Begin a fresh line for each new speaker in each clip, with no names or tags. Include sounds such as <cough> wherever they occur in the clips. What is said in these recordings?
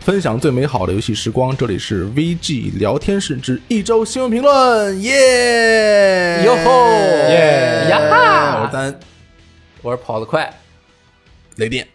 分享最美好的游戏时光，这里是 VG 聊天室之一周新闻评论，耶！
哟吼
耶
呀哈
我是丹
我是跑得
<laughs>
快
雷电，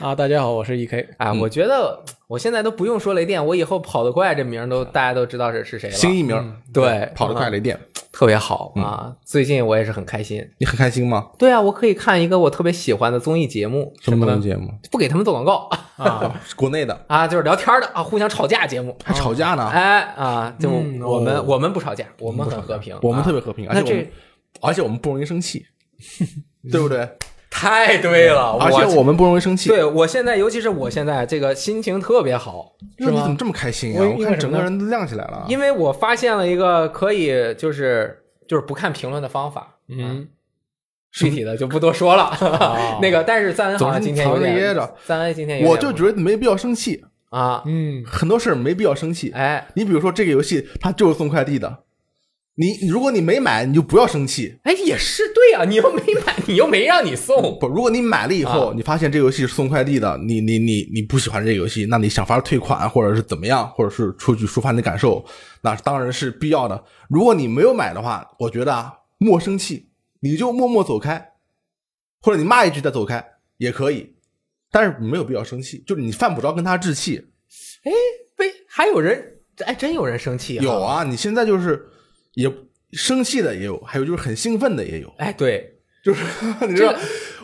啊！大家好，我是 E K。
<laughs> 啊！我觉得我现在都不用说雷电，我以后跑得快这名儿都大家都知道是是谁了，
嗯新艺名，嗯
对
跑得快，
嗯
雷电，
特别好啊！最近我也是很开心。
你很开心吗？
对啊，我可以看一个我特别喜欢的综艺节目，
什么东西节目？
不给他们做广告 <laughs>
啊，
是 <laughs> 国内的，
啊，就是聊天儿的啊，互相吵架节目。
还吵架呢？
哎啊，就
嗯
我们
哦
我们不吵架，我们很和平，
我们
啊
特别和平，而
那
且我
这
们，而且我们不容易生气，对不对？
太对了，
而且我们不容易生气，
对我现在，尤其是我现在这个心情特别好，
那你
是吗
怎么这么开心啊？
我
我
因为什
看整
么呢
个人都亮起来了。啊
因为我发现了一个可以就是就是不看评论的方法，啊，
嗯，
具体的就不多
<laughs>
说了。哦那个，但是赞恩好像今天有
总是
点
藏着掖着，
赞恩今天有点
我就觉得没必要生气，
啊，
嗯，
很多事儿没必要生气。
哎
你比如说这个游戏，它就是送快递的，你如果你没买，你就不要生气。
哎也是对啊，你又没买，你又没让你送，
<laughs> 不，如果你买了以后，
哦啊
你发现这游戏是送快递的，你你你你不喜欢这个游戏，那你想法退款，或者是怎么样，或者是出去抒发你的感受，那当然是必要的。如果你没有买的话，我觉得啊，莫生气，你就默默走开，或者你骂一句再走开也可以，但是没有必要生气，就是你犯不着跟他置气。
被哎还有人哎真有人生气，
有，啊，你现在就是也生气的也有，还有就是很兴奋的也有。
哎对，
就是
<laughs>
你知道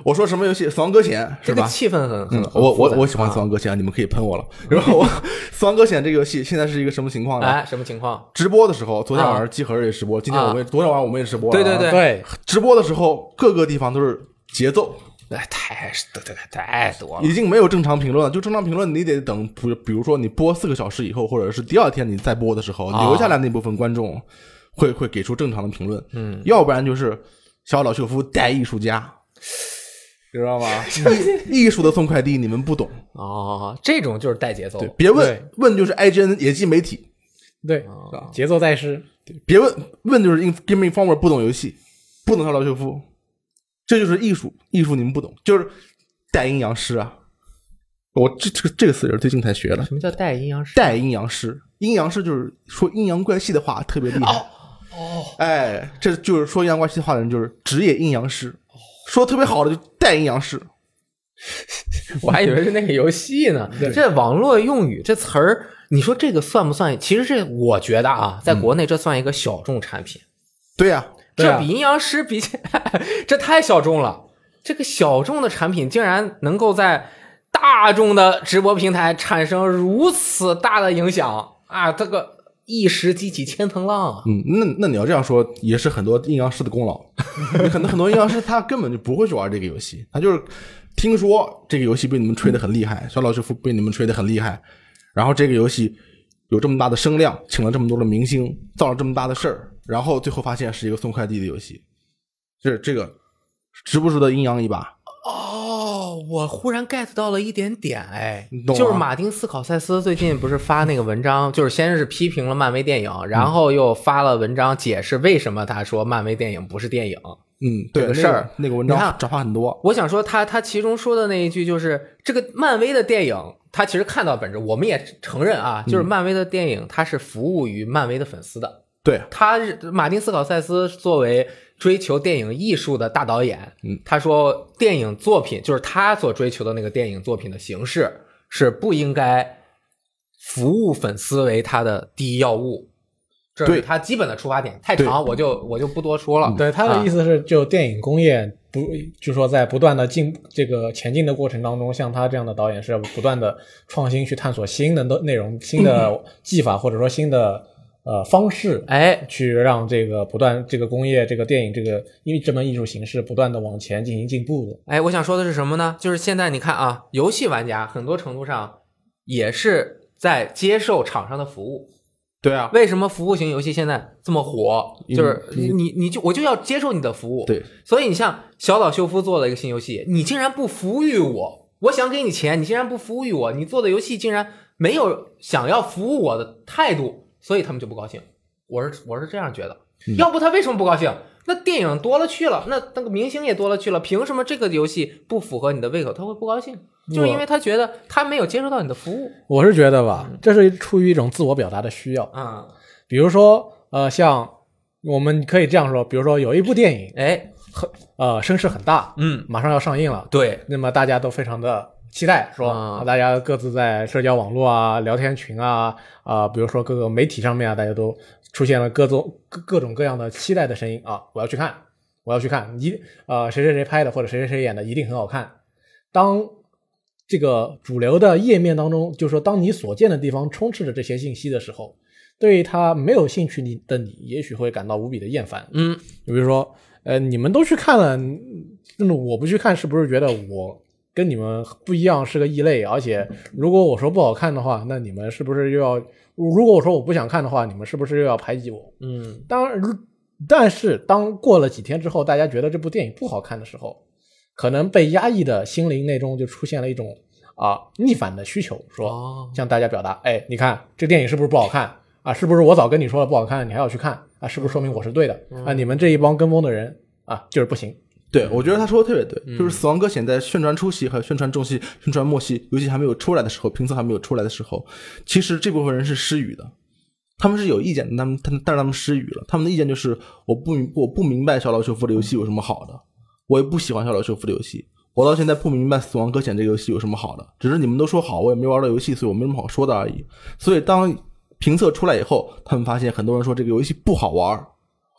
我说什么游戏？死亡搁浅是
这个
吧？
气氛很很
嗯，我我
很复杂
我喜欢死亡搁浅，啊、你们可以喷我了。然后
<laughs>
我死亡搁浅这个游戏现在是一个什么情况呢？
哎什么情况？
直播的时候，昨天晚上集合也直播，今天我们也、昨天晚上我们也直播了啊。
对对对
对，
直播的时候各个地方都是节奏，
哎太太
<laughs>
多了
已经没有正常评论了。就正常评论，你得等，比比如说你播四个小时以后，或者是第二天你再播的时候，
啊
留下来那部分观众会会给出正常的评论。嗯，要不然就是小岛秀夫带艺术家，
<laughs>
知道吗？艺艺术的送快递你们不懂，
哦，这种就是带节奏
对，别问
对
问就是 IGN 野鸡媒体，
对，节奏在诗，
别问问就是 In- Game Informer 不懂游戏，不懂小岛秀夫，这就是艺术，艺术你们不懂，就是带阴阳师啊。我这这个这个词也是最近才学的，
什么叫带阴阳师？
带阴阳师，阴阳师就是说阴阳怪气的话特别厉害。哦，哎，这就是说阴阳怪气的话的人就是职业阴阳师，说特别好的就带阴阳师。
我还以为是那个游戏 <laughs> 呢。这网络用语这词儿，你说这个算不算？其实这我觉得啊，在国内这算一个小众产品，
对呀、
对
这
啊
比阴阳师比起来，这太小众了。这个小众的产品竟然能够在大众的直播平台产生如此大的影响啊！这个一石激起千层浪啊！
嗯，那那你要这样说，也是很多阴阳师的功劳。 <laughs> 很多很多阴阳师他根本就不会去玩这个游戏，他就是听说这个游戏被你们吹得很厉害，小老师傅被你们吹得很厉害，然后这个游戏有这么大的声量，请了这么多的明星，造了这么大的事儿，然后最后发现是一个送快递的游戏，这这个值不值得阴阳一把？
哦，我忽然 get 到了一点点，哎
你，懂吗
就是马丁斯考塞斯最近不是发那个文章，就是先是批评了漫威电影，然后又发了文章解释为什么他说漫威电影不是电影。
嗯，对
这个
那
事儿
那个文
你
章
看
转发很多，
我想说他他其中说的那一句就是这个漫威的电影，他其实看到本质，我们也承认啊，
嗯
就是漫威的电影它是服务于漫威的粉丝的。
对，
他是马丁斯考塞斯作为追求电影艺术的大导演，
嗯，
他说电影作品就是他所追求的那个电影作品的形式是不应该服务粉丝为他的第一要务，这
对
是他基本的出发点。太长我就我就不多说了。
嗯
啊
对，他的意
思、
思是，就电影工业不，就说在不断的进这个前进的过程当中，像他这样的导演是要不断的创新，去探索新的内内容、新的技法，或者说新的呃方式，
哎，
去让这个不断这个工业、这个电影、这个因为这门艺术形式不断的往前进行进步的。
哎，我想说的是什么呢？就是现在你看啊，游戏玩家很多程度上也是在接受厂商的服务。
对啊，
为什么服务型游戏现在这么火？就是
嗯
你你你就我就要接受你的服务。
对，
所以你像小岛秀夫做了一个新游戏，你竟然不服务于我，我想给你钱，你竟然不服务于我，你做的游戏竟然没有想要服务我的态度，所以他们就不高兴。我是我是这样觉得。要不他为什么不高兴？那电影多了去了，那那个明星也多了去了，凭什么这个游戏不符合你的胃口，他会不高兴？就是因为他觉得他没有接受到你的服务
我是觉得吧，这是出于一种自我表达的需要。
啊、
比如说，呃，像我们可以这样说，比如说有一部电影，
哎，
呃，声势很大，
嗯，
马上要上映了，
对，
那么大家都非常的期待，说、
啊
大家各自在社交网络啊、聊天群啊、啊、比如说各个媒体上面啊，大家都出现了各种各各种各样的期待的声音啊，我要去看，我要去看，一呃谁谁谁拍的或者谁谁谁演的一定很好看。当这个主流的页面当中，就是说当你所见的地方充斥着这些信息的时候，对它没有兴趣你的你，也许会感到无比的厌烦。
嗯，
就比如说，呃，你们都去看了，嗯那么我不去看，是不是觉得我跟你们不一样，是个异类？而且，如果我说不好看的话，那你们是不是又要？如果我说我不想看的话，你们是不是又要排挤我？
嗯，
当然，如但是当过了几天之后，大家觉得这部电影不好看的时候，可能被压抑的心灵内中就出现了一种啊逆反的需求，说、
哦，
向大家表达，哎，你看这电影是不是不好看啊？是不是我早跟你说了不好看，你还要去看啊？是不是说明我是对的啊？
嗯
你们这一帮跟风的人啊，就是不行。
对，我觉得他说的特别对，就是《死亡搁浅》在宣传初期和宣传中期、宣传末期，尤其还没有出来的时候，评测还没有出来的时候，其实这部分人是失语的，他们是有意见的，他们他们但是他们失语了，他们的意见就是我不明我不明白小岛秀夫的游戏有什么好的，我也不喜欢小岛秀夫的游戏，我到现在不明白《死亡搁浅》这个游戏有什么好的，只是你们都说好，我也没玩到游戏，所以我没什么好说的而已。所以当评测出来以后，他们发现很多人说这个游戏不好玩儿，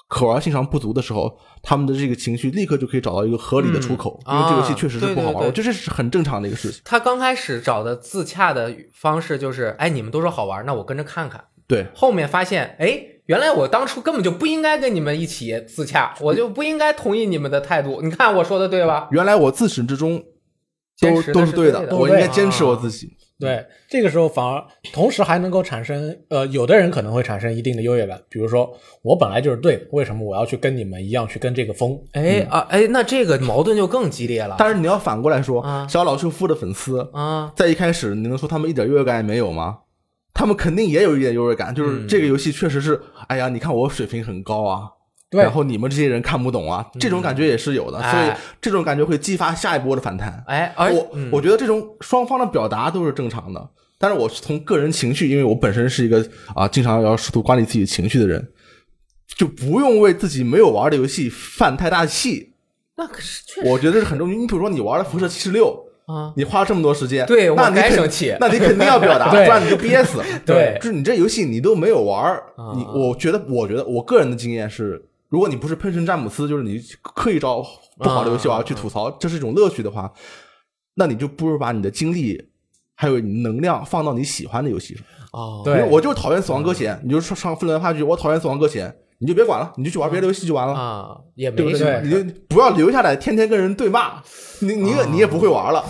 可玩性上不足的时候，他们的这个情绪立刻就可以找到一个合理的出口，
嗯
因为这个游戏
啊
确实是不好玩儿，
对对对
我觉得这是很正常的一个事情。
他刚开始找的自洽的方式就是，哎，你们都说好玩，那我跟着看看。
对，
后面发现，哎，原来我当初根本就不应该跟你们一起自洽，我就不应该同意你们的态度。你看我说的对吧？
原来我自始至终
坚
都
持的
都
是
对
对的
我应该
对
坚持
啊
我自己。
对，这个时候反而同时还能够产生，呃，有的人可能会产生一定的优越感，比如说我本来就是对的，为什么我要去跟你们一样去跟这个风？
哎啊，哎，那这个矛盾就更激烈了
但是你要反过来说，
啊
小老秀夫的粉丝
啊！
在一开始，你能说他们一点优越感也没有吗？他们肯定也有一点优越感，
嗯
就是这个游戏确实是，哎呀，你看我水平很高啊，
对
然后你们这些人看不懂啊，这种感觉也是有的，所
嗯哎
以这种感觉会激发下一波的反弹。
哎，而
我、
嗯
我觉得这种双方的表达都是正常的，但是我从个人情绪，因为我本身是一个啊经常要试图管理自己情绪的人，就不用为自己没有玩的游戏犯太大气。
那可是确实
我觉得是很重要。你比如说你玩了辐射七十六，
啊，
你花了这么多时间，
对
那
我
你
该
肯
生气
那你肯定要表
<laughs>
达，不
对
然你就憋死。
对
就是你这游戏你都没有玩儿
啊，
你我觉得，我觉得我个人的经验是，如果你不是喷神詹姆斯，就是你刻意找不好的游戏玩
啊
儿去吐槽，这是一种乐趣的话，那你就不如把你的精力。还有你能量放到你喜欢的游戏上，
哦，
<laughs> 对
比如我就讨厌死亡
嗯
搁浅，你就上上分轮话剧，我讨厌死亡搁浅，你就别管了，你就去玩别的游戏就完了，
嗯啊，也
对
没
不
什
对？
么。
你就不要留下来，天天跟人对骂，你你
啊
也你也不会玩了。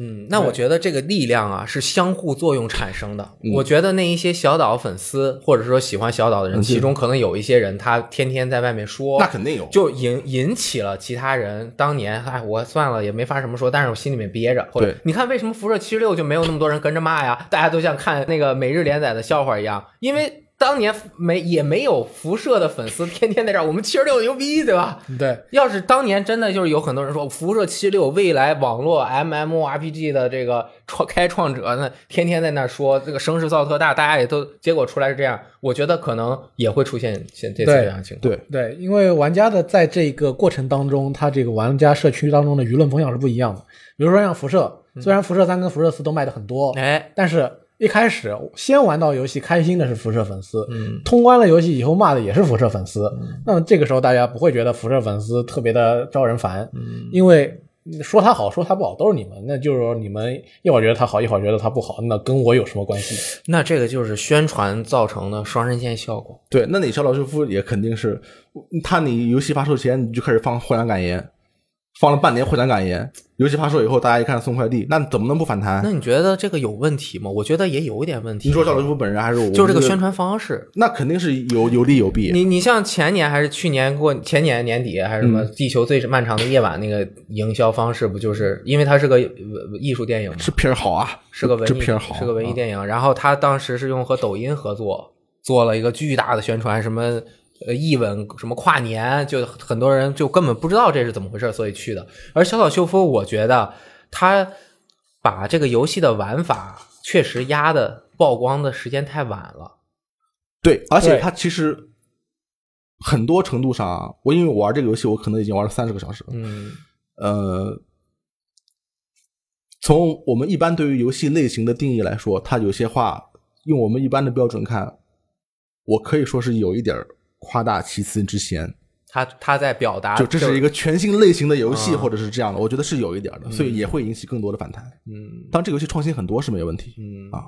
嗯，那我觉得这个力量啊是相互作用产生的。我觉得那一些小岛粉丝，或者说喜欢小岛的人，
嗯
其中可能有一些人，他天天在外面说，
那肯定有，
就引引起了其他人当年，哎，我算了也没法什么说，但是我心里面憋着。或者
对
你看，为什么辐射七十六就没有那么多人跟着骂呀？大家都像看那个每日连载的笑话一样，因为当年没也没有辐射的粉丝天天在这儿，我们七十六牛逼，对吧？
对，
要是当年真的就是有很多人说辐射七六未来网络 MMORPG 的这个创开创者，那天天在那说这个声势造特大，大家也都结果出来是这样，我觉得可能也会出现现这次
对
这样的情况。
对，
对，因为玩家的在这个过程当中，他这个玩家社区当中的舆论风向是不一样的。比如说像辐射，虽然辐射三跟辐射四都卖的很多，
嗯哎，
但是一开始先玩到游戏开心的是辐射粉丝，
嗯，
通关了游戏以后骂的也是辐射粉丝。那么这个时候大家不会觉得辐射粉丝特别的招人烦，因为说他好说他不好都是你们，那就是说你们一会儿觉得他好，一会儿觉得他不好，那跟我有什么关系？
那这个就是宣传造成的双刃剑效果。
对，那你小岛秀夫也肯定是，他你游戏发售前你就开始放获奖感言，放了半年获奖感言，游戏发售以后大家一看送快递，那怎么能不反弹？
那你觉得这个有问题吗？我觉得也有一点问
哎
题。
你说小岛秀夫本人还是我？我
就是这个
觉得
宣，传方式。
那肯定是有有利有弊。
你你像前年还是去年过前年年底还是什么
嗯
《地球最漫长的夜晚》那个营销方式，不就是因为它是个呃艺术电影嘛，
这片儿好啊，
是个文
这
艺，
片儿好，啊
是个文艺电影。然后他当时是用和抖音合作做了一个巨大的宣传，什么呃译文什么跨年，就很多人就根本不知道这是怎么回事，所以去的。而小岛秀夫，我觉得他把这个游戏的玩法确实压的曝光的时间太晚了。
对，而且
对
它其实很多程度上啊，我因为我玩这个游戏，我可能已经玩了三十个小时了。
嗯
呃，从我们一般对于游戏类型的定义来说，它有些话用我们一般的标准看，我可以说是有一点儿夸大其词之嫌。，
他他在表达
就这是一
个
个全新类型的游戏，
啊
或者是这样的，我觉得是有一点儿的，所以也会引起更多的反弹。
嗯
当这个游戏创新很多是没有问题
嗯
啊，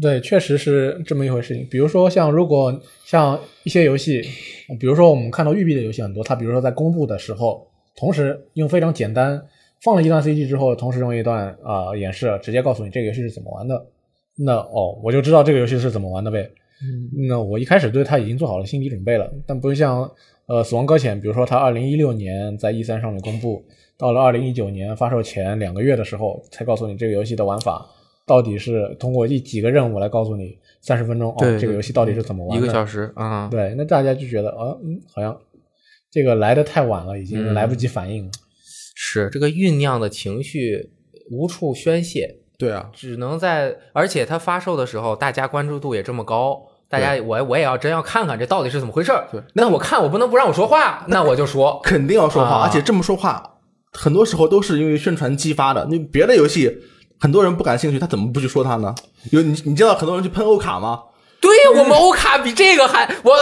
对，确实是这么一回事情。比如说，像如果像一些游戏，呃比如说我们看到育碧的游戏很多，它比如说在公布的时候，同时用非常简单放了一段 CG 之后，同时用一段啊、呃演示，直接告诉你这个游戏是怎么玩的。那哦，我就知道这个游戏是怎么玩的呗。那我一开始对它已经做好了心理准备了，但不是像呃《死亡搁浅》，比如说它二零一六年在 E 三上面公布，到了二零一九年发售前两个月的时候才告诉你这个游戏的玩法，到底是通过一几个任务来告诉你三十分钟
对
哦这个游戏到底是怎么玩
一
的。
个小时啊，
对，那大家就觉得哦，嗯，好像这个来的太晚了，已经
嗯
来不及反应了。
是这个酝酿的情绪无处宣泄，
对啊，
只能在，而且它发售的时候，大家关注度也这么高，大家我我也要真要看看这到底是怎么回事儿。
对
那我看我不能不让我说话，那我就
<laughs>
说。
肯定要说话，
啊
而且这么说话，很多时候都是因为宣传激发的。你别的游戏，很多人不感兴趣，他怎么不去说它呢？有你，你见到很多人去喷欧卡吗？
对我们欧卡比这个还
<laughs>
我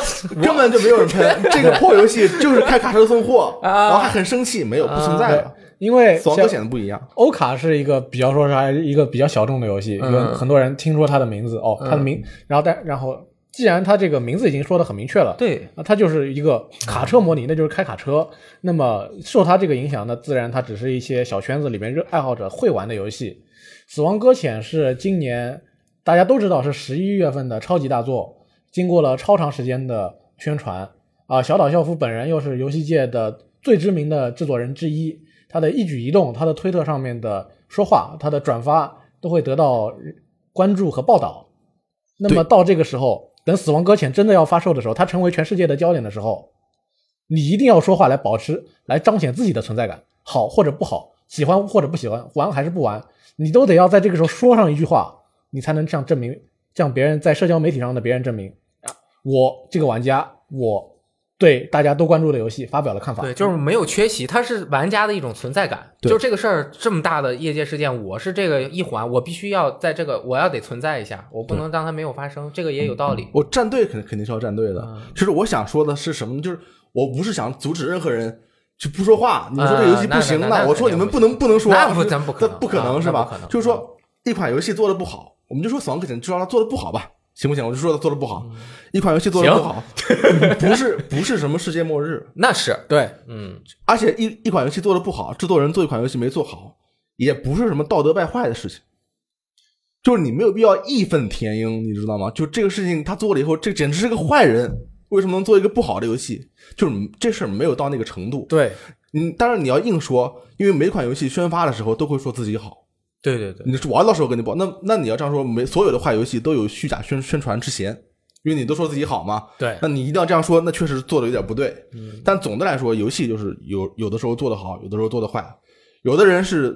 根本就没有人喷这个破游戏，就是开卡车送货，
<laughs> 啊
然后还很生气，没有不存在的。
因为
死亡
像
搁浅的不一样，
欧卡是一个比较说是一个比较小众的游戏，
嗯
有很多人听说它的名字哦，它的名，然后但然后既然它这个名字已经说的很明确了，
对
啊，它就是一个卡车模拟，那就是开卡车。那么受它这个影响，那自然它只是一些小圈子里面热爱好者会玩的游戏。死亡搁浅是今年大家都知道是十一月份的超级大作，经过了超长时间的宣传啊、小岛秀夫本人又是游戏界的最知名的制作人之一，他的一举一动，他的推特上面的说话，他的转发都会得到关注和报道。那么到这个时候，等《死亡搁浅》真的要发售的时候，它成为全世界的焦点的时候，你一定要说话来保持，来彰显自己的存在感，好或者不好，喜欢或者不喜欢，玩还是不玩，你都得要在这个时候说上一句话，你才能这样证明，向别人在社交媒体上的别人证明，啊我这个玩家，我对大家都关注的游戏发表了看法。
对，就是没有缺席，它是玩家的一种存在感。
对
就这个事儿这么大的业界事件，我是这个一环，我必须要在这个我要得存在一下，我不能让它没有发生，这个
嗯
也有道理。
我站队肯肯定是要站队的。
啊
其实我想说的是什么呢？就是我不是想阻止任何人去不说话。你们说这游戏不行，
啊那那那
我说你们不能不能说，
那不咱不可能
这不可能
啊
是吧？
那不可能
就是说一款游戏做的不好，我们就说《死亡搁浅》，就说它做的不好吧，行不行？我就说它做的不好。
嗯
一款游戏做的不好，
<laughs>
不是不是什么世界末日，
那是，
对，
嗯，
而且一一款游戏做的不好，制作人做一款游戏没做好，也不是什么道德败坏的事情。就是你没有必要义愤填膺，你知道吗？就这个事情他做了以后，这简直是个坏人，为什么能做一个不好的游戏？就是这事儿没有到那个程度。
对，
嗯，当然你要硬说，因为每款游戏宣发的时候都会说自己好，
对对对，
你玩到时候跟你不好，那那你要这样说，每所有的坏游戏都有虚假宣宣传之嫌，因为你都说自己好嘛，
对
那你一定要这样说，那确实做的有点不对。嗯，但总的来说，游戏就是有有的时候做的好，有的时候做的坏，有的人是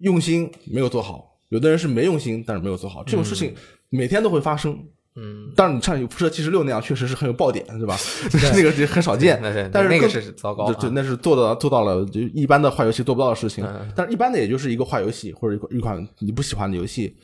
用心没有做好，有的人是没用心但是没有做好，这种事情每天都会发生。
嗯，
当然，你像《辐射七十六》那样，确实是很有爆点，是吧？ <laughs> 那个是很少
<laughs>
见。
那是
但是
那个
更
是糟糕啊
对对，那是做到做到了，就一般的坏游戏做不到的事情。
嗯
但是一般的也就是一个坏游戏或者一款一款你不喜欢的游戏，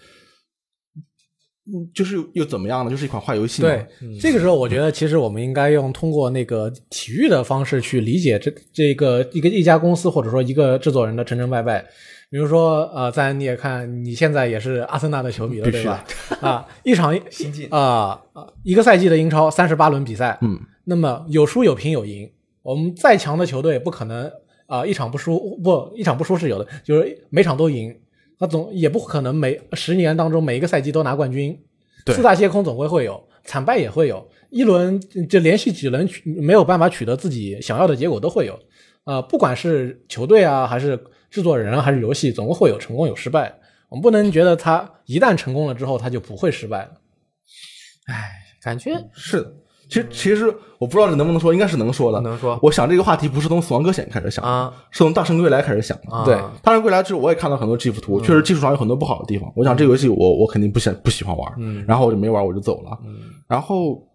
嗯就是又怎么样呢？就是一款坏游戏嘛。
对，这个时候我觉得其实我们应该用通过那个体育的方式去理解这这个一个一家公司或者说一个制作人的成成败败。比如说，呃，赞，你也看，你现在也是阿森纳的球迷了，
必须
对吧？啊，一场
新进
啊、啊一个赛季的英超三十八轮比赛，
嗯，
那么有输有平有赢，我们再强的球队不可能啊、一场不输不一场不输是有的，就是每场都赢，那总也不可能每十年当中每一个赛季都拿冠军，
对
四大皆空总归会有，惨败也会有，一轮就连续几轮取没有办法取得自己想要的结果都会有，啊、不管是球队啊，还是制作人啊，还是游戏，总归会有成功有失败。我们不能觉得他一旦成功了之后，他就不会失败了。
感觉
是的，其实其实我不知道这能不能说，应该是能说的。<laughs>
能说
我想这个话题不是从《死亡搁浅》开始想的
啊，
是从《大圣归来》开始想的。
啊嗯
对，《大圣归来》之后我也看到很多 GIF 图，确实技术上有很多不好的地方。我想这个游戏我我肯定不想不喜欢玩，
嗯
然后我就没玩，我就走了。然后。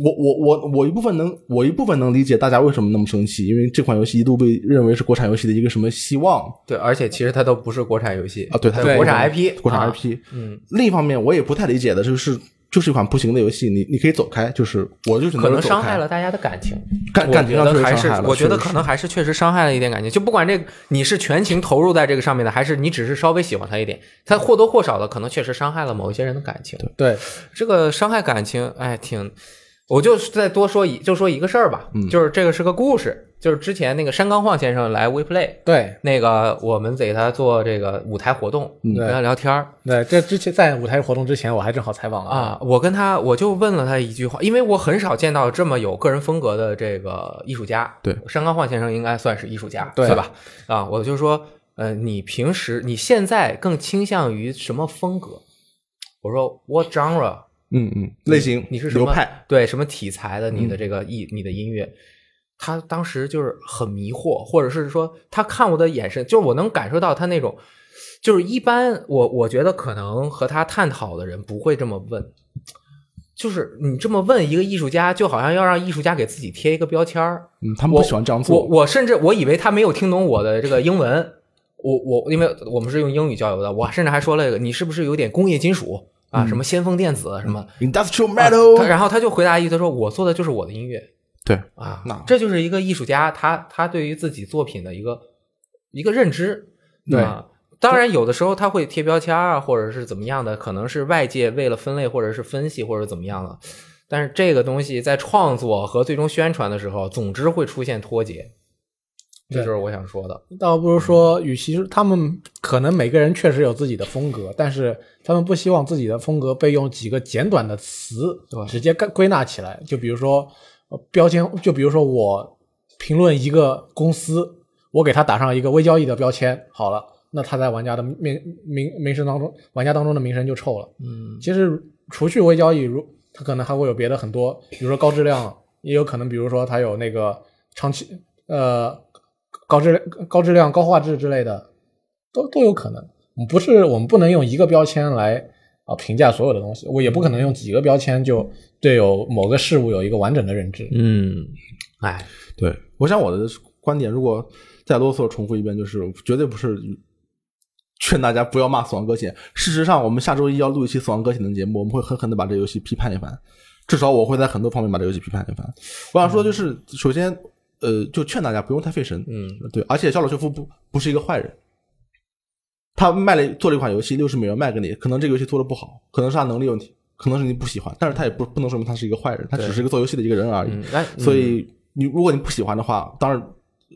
我我我我一部分能我一部分能理解大家为什么那么生气，因为这款游戏一度被认为是国产游戏的一个什么希望，
对，而且其实它都不是国产游戏
啊对它
它
是
是国产
国产
IP，
国产
啊
IP。
嗯，
另一方面，我也不太理解的就是，就是一款不行的游戏，你你可以走开，就是我就选择
可能
走
伤
开
害了大家的感情。
感感情上
我觉
确
得
实
还
伤害了
我觉得
确实
可能还是确实伤害了一点感情。就不管这个你是全情投入在这个上面的，还是你只是稍微喜欢他一点，他或多或少的可能确实伤害了某一些人的感情。
对，
这个伤害感情，哎，挺，我就是再多说一就说一个事儿吧，
嗯
就是这个是个故事，就是之前那个山冈晃先生来 WePlay。
对，
那个，我们给他做这个舞台活动，
嗯
跟他聊天儿
对，这之前在舞台活动之前，我还正好采访了他
啊，我跟他我就问了他一句话，因为我很少见到这么有个人风格的这个艺术家，
对
山冈晃先生应该算是艺术家，
对
吧？啊，我就说，呃，你平时你现在更倾向于什么风格？我说 What genre？
嗯嗯，类型
你是什
流
么
派，嗯
对什么题材的？你的这个艺、你的音乐，他当时就是很迷惑，或者是说他看我的眼神，就是我能感受到他那种，就是一般我我觉得可能和他探讨的人不会这么问，就是你这么问一个艺术家，就好像要让艺术家给自己贴一个标签儿，
嗯，他们
我
不喜欢这样
我
做，
我甚至我以为他没有听懂我的这个英文，我我因为我们是用英语交流的，我甚至还说了一个你是不是有点工业金属啊，
嗯
什么先锋电子什么。
industrial
啊他
metal，
然后他就回答一句，他说：“我做的就是我的音乐
对，
啊
那，
这就是一个艺术家，他他对于自己作品的一个一个认知。
对
啊，当然有的时候他会贴标签啊，或者是怎么样的，可能是外界为了分类或者是分析或者怎么样的。但是这个东西在创作和最终宣传的时候，总之会出现脱节，这
对
就是我想说的。
倒不如说，与其是他们可能每个人确实有自己的风格，但是他们不希望自己的风格被用几个简短的词
对
直接归归纳起来。就比如说、呃标签，就比如说我评论一个公司，我给他打上一个微交易的标签，好了，那他在玩家的名名名声当中，玩家当中的名声就臭了。
嗯，
其实除去微交易，如它可能还会有别的很多，比如说高质量，也有可能，比如说它有那个长期呃高质高质量、高画质之类的，都都有可能。我们不是我们不能用一个标签来啊、评价所有的东西，我也不可能用几个标签就对有某个事物有一个完整的认知。
嗯，哎，
对，我想我的观点，如果再啰嗦重复一遍，就是绝对不是劝大家不要骂《死亡搁浅》。事实上，我们下周一要录一期《死亡搁浅》的节目，我们会狠狠的把这游戏批判一番。至少我会在很多方面把这游戏批判一番。我想说，就是、首先，呃，就劝大家不用太费神。
嗯，
对，而且肖老修夫不不是一个坏人，他卖了做了一款游戏，六十美元卖给你，可能这个游戏做的不好，可能是他能力问题，可能是你不喜欢，但是他也不不能说明他是一个坏人，他只是一个做游戏的一个人而已。
嗯哎
所以你如果你不喜欢的话，当然。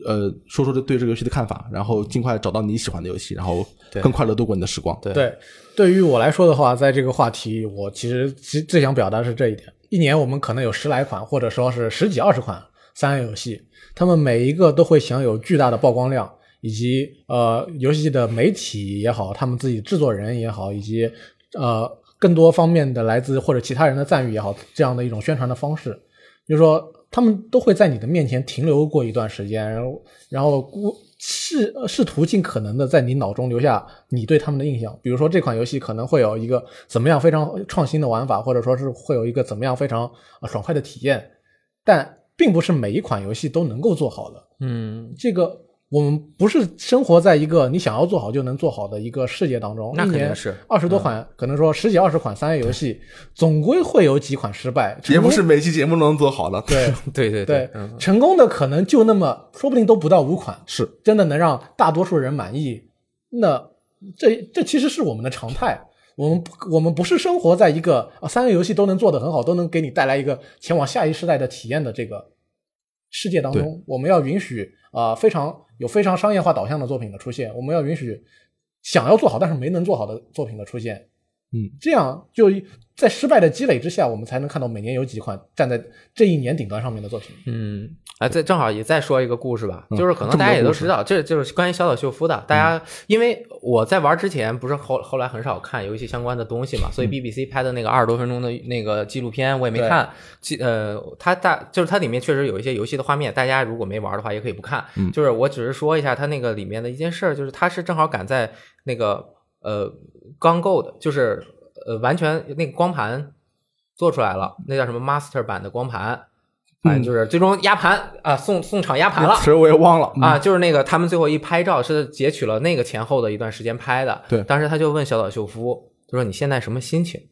呃，说说对对这个游戏的看法，然后尽快找到你喜欢的游戏，然后更快乐度过你的时光。
对
对，对于我来说的话，在这个话题，我其实其最想表达的是这一点：一年我们可能有十来款，或者说是十几二十款三 A 游戏，他们每一个都会享有巨大的曝光量，以及呃，游戏的媒体也好，他们自己制作人也好，以及呃更多方面的来自或者其他人的赞誉也好，这样的一种宣传的方式。就是说他们都会在你的面前停留过一段时间，然后然后估试呃试图尽可能的在你脑中留下你对他们的印象。比如说这款游戏可能会有一个怎么样非常创新的玩法，或者说是会有一个怎么样非常呃爽快的体验，但并不是每一款游戏都能够做好的。
嗯，
这个我们不是生活在一个你想要做好就能做好的一个世界当中，
那
一
肯定
年
是嗯
二十多款，可能说十几二十款三 A 游戏，总归会有几款失败，
也不是
成功
每期节目都能做好的。
对。
对对
对，
嗯
成功的可能就那么，说不定都不到五款，
是
真的能让大多数人满意。那这这其实是我们的常态。我们不我们不是生活在一个啊三个游戏都能做得很好，都能给你带来一个前往下一世代的体验的这个世界当中，我们要允许啊、呃非常有非常商业化导向的作品的出现，我们要允许想要做好但是没能做好的作品的出现。
嗯，
这样就在失败的积累之下，我们才能看到每年有几款站在这一年顶端上面的作品。
嗯，哎，再正好也再说一个故事吧，
嗯
就是可能
这么多
大家也都
故事嗯
知道，这就是关于小岛秀夫的。大家、因为我在玩之前，不是后后来很少看游戏相关的东西嘛，
嗯
所以 BBC 拍的那个二十多分钟的那个纪录片我也没
对
看。记呃，它大就是它里面确实有一些游戏的画面，大家如果没玩的话也可以不看。
嗯
就是我只是说一下它那个里面的一件事儿，就是它是正好赶在那个呃刚够的，就是呃完全那个光盘做出来了，那叫什么 master 版的光盘。哎，
嗯嗯
就是最终压盘啊，送送场压盘了
那词儿我也忘了，
啊，就是那个他们最后一拍照是截取了那个前后的一段时间拍的。
对
当时他就问小岛秀夫，他说你现在什么心情？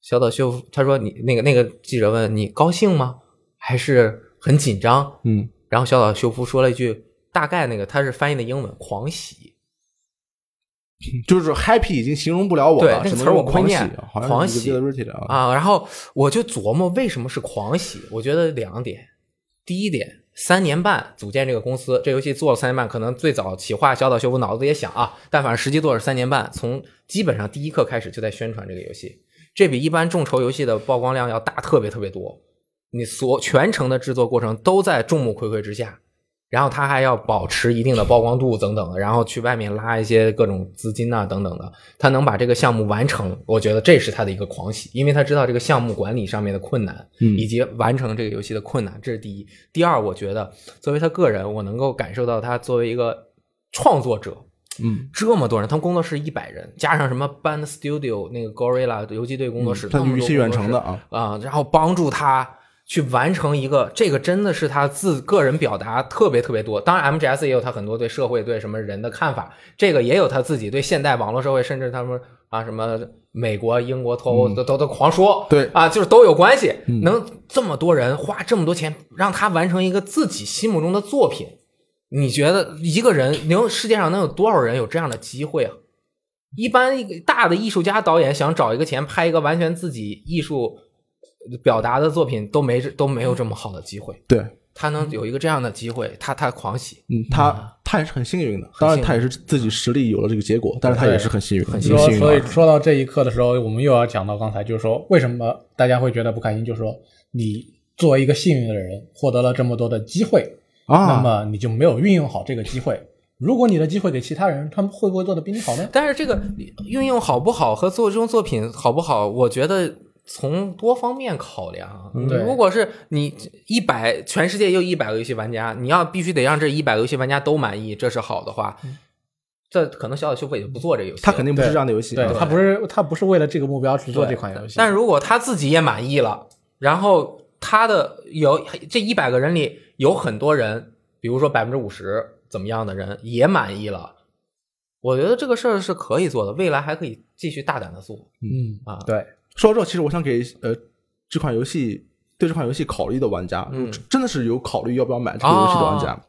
小岛秀夫他说你那个那个记者问你高兴吗？还是很紧张？
嗯，
然后小岛秀夫说了一句，大概那个他是翻译的英文，狂喜。
就是 happy 已经形容不了我
对
了，
那
只
个
能
词儿我
用
不
狂
会
喜
念，
好像
狂
是
喜
disability 的啊，
啊，然后我就琢磨为什么是狂喜，我觉得两点，第一点。三年半组建这个公司，这游戏做了三年半，可能最早企划小岛秀夫脑子也想啊，但反正实际做了三年半，从基本上第一刻开始就在宣传这个游戏，这比一般众筹游戏的曝光量要大特别特别多。你所全程的制作过程都在众目睽睽之下，然后他还要保持一定的曝光度等等的，然后去外面拉一些各种资金呐、等等的，他能把这个项目完成，我觉得这是他的一个狂喜，因为他知道这个项目管理上面的困难，
嗯
以及完成这个游戏的困难，这是第一。第二，我觉得作为他个人，我能够感受到他作为一个创作者，
嗯，
这么多人，他们工作室一百人，加上什么 Band Studio 那个 Gorilla 游击队工作室，
嗯他
那么
语
多
气远程
工作室
的啊，
啊、然后帮助他去完成一个，这个真的是他自个人表达特别特别多。当然，MGS 也有他很多对社会、对什么人的看法，这个也有他自己对现代网络社会，甚至他们啊什么美国、英国脱欧都都都狂说，
对
啊，就是都有关系。能这么多人花这么多钱让他完成一个自己心目中的作品，你觉得一个人能世界上能有多少人有这样的机会啊？一般一个大的艺术家导演想找一个钱拍一个完全自己艺术表达的作品，都没这都没有这么好的机会。
对，
他能有一个这样的机会，他他狂喜，
嗯，他他也是很幸运的，当然他也是自己实力有了这个结果，但是他也是很幸运，很
所以
幸运啊
所以
的。
说到这一刻的时候，我们又要讲到刚才，就是说为什么大家会觉得不开心，就是说你作为一个幸运的人，获得了这么多的机会，那
啊，
么你就没有运用好这个机会。如果你的机会给其他人，他们会不会做的比你好呢？
但是这个运用好不好和做这种作品好不好，我觉得从多方面考量。啊
嗯
对
如果是你一百，全世界有一百个游戏玩家，你要必须得让这一百个游戏玩家都满意，这是好的话，这可能小岛秀夫也就不做这个游戏
嗯
了。
他肯定不是这样的游戏，
对
啊
他不是他不是为了这个目标去做
对
这款游戏，
但如果他自己也满意了，然后他的有这一百个人里有很多人，比如说百分之五十怎么样的人也满意了，我觉得这个事儿是可以做的，未来还可以继续大胆的做
嗯，
啊。
对，
说到这，其实我想给呃这款游戏对这款游戏考虑的玩家，
嗯哦
真的是有考虑要不要买这个游戏的玩家，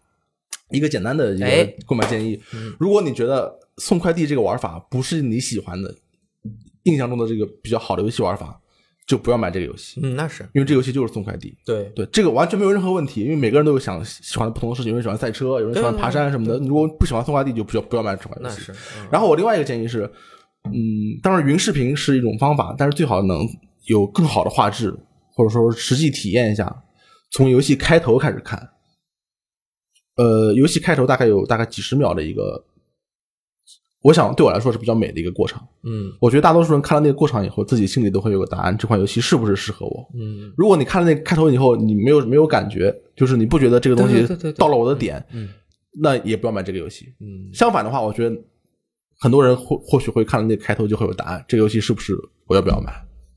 一个简单的一
哎嗯
个购买建议。如果你觉得送快递这个玩法不是你喜欢的，印象中的这个比较好的游戏玩法，就不要买这个游戏，
嗯，那是
因为这游戏就是送快递。
对，
对这个完全没有任何问题，因为每个人都有想喜欢的不同的事情，有人喜欢赛车，有人喜欢爬山什么的。如果不喜欢送快递，就不要不要买这款游
那
戏。
是。嗯
然后我另外一个建议是，嗯，当然云视频是一种方法，但是最好能有更好的画质，或者说实际体验一下。从游戏开头开始看，呃，游戏开头大概有大概几十秒的一个，我想对我来说是比较美的一个过程。
嗯
我觉得大多数人看到那个过场以后，自己心里都会有个答案，这款游戏是不是适合我？
嗯
如果你看了那个开头以后，你没有没有感觉，就是你不觉得这个东
对
西
对对对对
到了我的点，
嗯
那也不要买这个游戏。
嗯
相反的话，我觉得很多人或或许会看到那个开头就会有答案，这个游戏是不是我要不要买？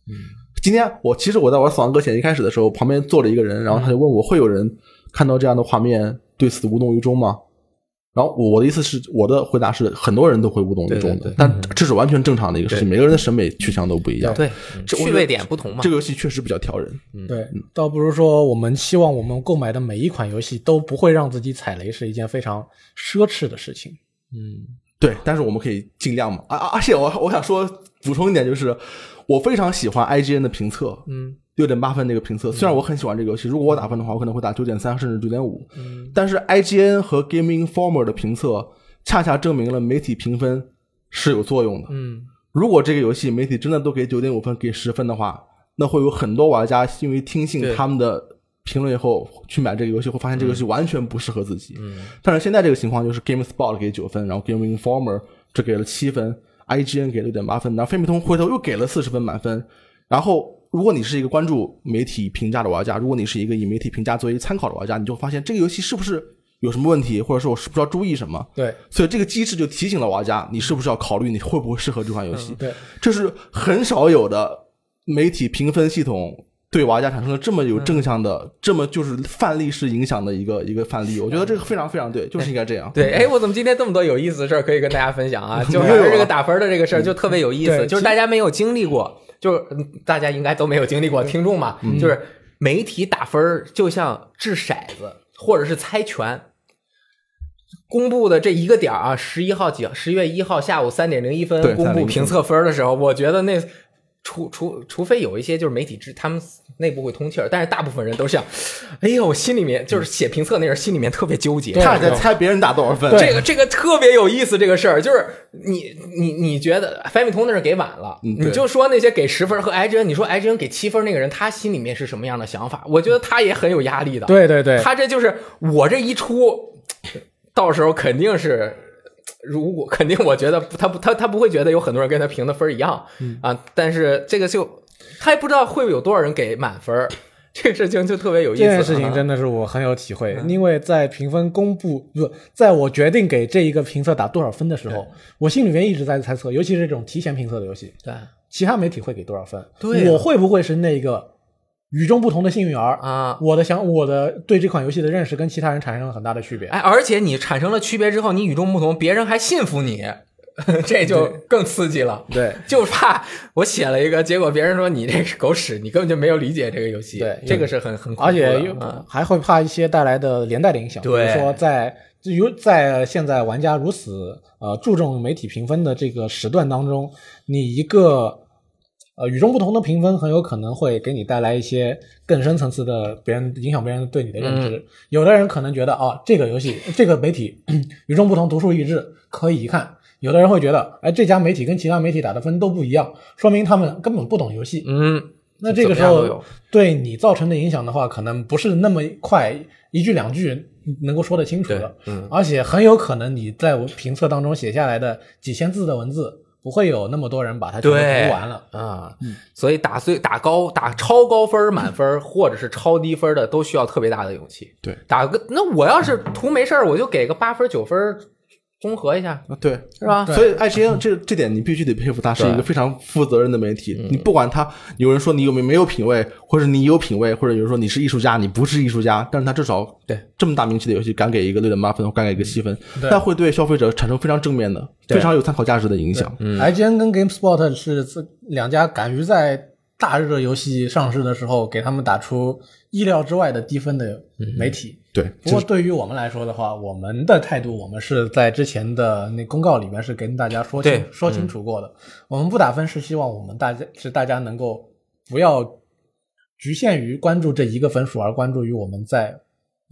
嗯今天我其实我在玩《死亡搁浅》一开始的时候，旁边坐着一个人，然后他就问我，会有人看到这样的画面对此无动于衷吗？然后我我的意思是，我的回答是很多人都会无动于衷的，
对对对
但这是完全正常的一个事情，每个人的审美取向都不一样。
对，
这我觉
趣
得
味点不同嘛
这。个游戏确实比较挑人。
对，倒不如说我们希望我们购买的每一款游戏都不会让自己踩雷，是一件非常奢侈的事情。
嗯
对，但是我们可以尽量嘛。啊啊！而且我我想说补充一点，就是我非常喜欢 IGN 的评测，
嗯
六点八分这个评测。虽然我很喜欢这个游戏，如果我打分的话，我可能会打九点三甚至九点五。
嗯
但是 IGN 和 Game Informer 的评测恰恰证明了媒体评分是有作用的。
嗯
如果这个游戏媒体真的都给九点五分、给十分的话，那会有很多玩家因为听信
对
他们的评论以后去买这个游戏，会发现这个游戏完全不适合自己。但是现在这个情况就是 GameSpot 给九分，然后 Game Informer 只给了七分，IGN 给了六点八分，然后飞米通回头又给了四十分满分。然后，如果你是一个关注媒体评价的玩家，如果你是一个以媒体评价作为参考的玩家，你就会发现这个游戏是不是有什么问题，或者说我是不是要注意什么。
对
所以这个机制就提醒了玩家，你是不是要考虑你会不会适合这款游戏？
对，
这是很少有的媒体评分系统对玩家产生了这么有正向的、这么就是范例式影响的一个一个范例。我觉得这个非常非常对，就是应该这样。
对，哎，我怎么今天这么多有意思的事儿可以跟大家分享啊？就
没有
是
啊
这个打分的这个事儿，就特别有意思，
对
就是大家没有经历过，就是嗯大家应该都没有经历过，听众嘛，就是媒体打分儿就像掷骰子或者是猜拳。公布的这一个点儿啊，十一号几，十月一号下午三点零一分
对
公
3:01
布
分
评测分儿的时候，我觉得那除除除非有一些就是媒体知他们内部会通气儿，但是大部分人都像，哎呦，我心里面就是写评测那人心里面特别纠结，
对
他也在猜别人打多少分，
对
这个这个特别有意思，这个事儿就是你你你觉得哎翻米通那是给晚了，
嗯对
你就说那些给十分和艾珍，你说艾珍给七分那个人，他心里面是什么样的想法？我觉得他也很有压力的。，
对对对，
他这就是我这一出，到时候肯定是。如果肯定，我觉得他不，他他不会觉得有很多人跟他评的分儿一样、
嗯
啊，但是这个就他也不知道会有多少人给满分儿，这个事情就特别有意思。啊嗯
这件事情真的是我很有体会，因为在评分公布不，在我决定给这一个评测打多少分的时候，我心里面一直在猜测，尤其是这种提前评测的游戏，
对
其他媒体会给多少分？
对啊
我会不会是那个与众不同的幸运儿？
啊，
我的想，我的对这款游戏的认识跟其他人产生了很大的区别。
哎，而且你产生了区别之后，你与众不同，别人还信服你， <laughs> 这就更刺激了。
对，
就怕我写了一个，结果别人说你这是狗屎，你根本就没有理解这个游戏。
对
这个是很很恐
<laughs> 而
怖的
且又
嗯
还会怕一些带来的连带的影响，
对
比如说在如在现在玩家如此呃注重媒体评分的这个时段当中，你一个呃与众不同的评分，很有可能会给你带来一些更深层次的别人影响别人对你的认
嗯
知。有的人可能觉得啊、这个游戏这个媒体与众不同，独树一帜，可以一看。有的人会觉得，哎，这家媒体跟其他媒体打的分都不一样，说明他们根本不懂游戏。
嗯，
那这个时
怎么样都
候
有
对你造成的影响的话，可能不是那么快一句两句能够说得清楚的，
对嗯
而且很有可能你在我评测当中写下来的几千字的文字，不会有那么多人把它全部
对
读完了。
啊，
嗯
所以打最打高打超高分儿满分儿或者是超低分儿的，都需要特别大的勇气。
对，
打个那我要是图没事儿，我就给个八分儿九分儿综合一下，
啊对。
是吧？
所以爱奇艺这这点你必须得佩服，它是一个
对嗯
非常负责任的媒体。你不管他有人说你有没没有品位，或者你有品位，或者有人说你是艺术家，你不是艺术家，但是他至少
对
这么大名气的游戏敢给一个六点八分，或敢给一个七分，那会对消费者产生非常正面的、非常有参考价值的影响。
嗯
IGN 跟 GameSpot 是自两家敢于在大热游戏上市的时候给他们打出意料之外的低分的
嗯
媒体。
对，
不过对于我们来说的话，我们的态度，我们是在之前的那公告里面是跟大家说清
对
说清楚过的。我们不打分是希望我们大家是大家能够不要局限于关注这一个分数，而关注于我们在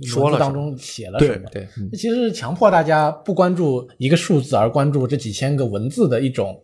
说了
文字当
什
中写了
对
什么。
对，
其实是强迫大家不关注一个数字，而关注这几千个文字的一种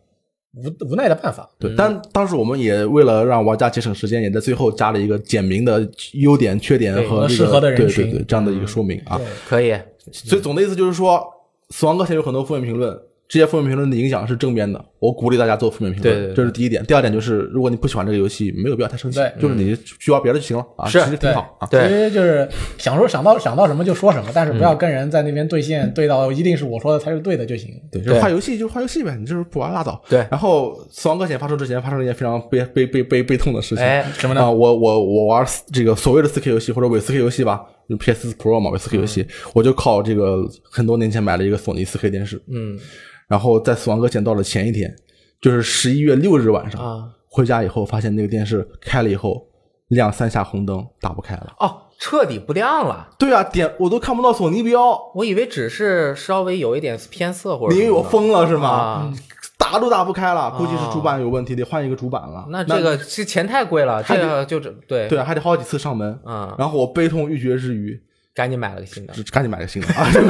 无无奈的办法。
对，但当时我们也为了让玩家节省时间，也在最后加了一个简明的优点、缺点
对
和这个
适合的人
对
群嗯
对对这样的一个说明啊。
可以。
所以总的意思就是说，《死亡搁浅》有很多负面评论，这些负面评论的影响是正面的，我鼓励大家做负面评论，
对对对
这是第一点。第二点就是，如果你不喜欢这个游戏，没有必要太生气
对，
就是你去玩别的就行了啊，
嗯是
其实挺好啊。
对
其实就是想说想到想到什么就说什么，但是不要跟人在那边对线对到一定是我说的才是对的就行。
对，就是画游戏就是画游戏呗，你就是不玩拉倒。
对
然后《死亡搁浅》发售之前发生了一件非常悲悲悲悲悲痛的事情，
哎
什么呢
啊我我我玩这个所谓的四 K 游戏或者伪四 K 游戏吧，就 PS 4 Pro 嘛，伪四 K 游戏，我就靠这个很多年前买了一个索尼四 K 电视，
嗯
然后在《死亡搁浅》到了前一天，就是十一月六日晚上，
啊，
回家以后发现那个电视开了以后亮三下红灯，打不开了。
哦，彻底不亮了。
对啊，点我都看不到索尼标，
我以为只是稍微有一点偏色或者
你以为我
什么
疯了是
的
吗？
啊，
打都打不开了，估计是主板有问题，得换一个主板了。
那这个这钱太贵了，这
还得
个就这对
对，啊，还得好几次上门。
嗯
然后我悲痛欲绝之余，
赶紧买了个新的
只赶紧买个新的 <laughs> 啊，这个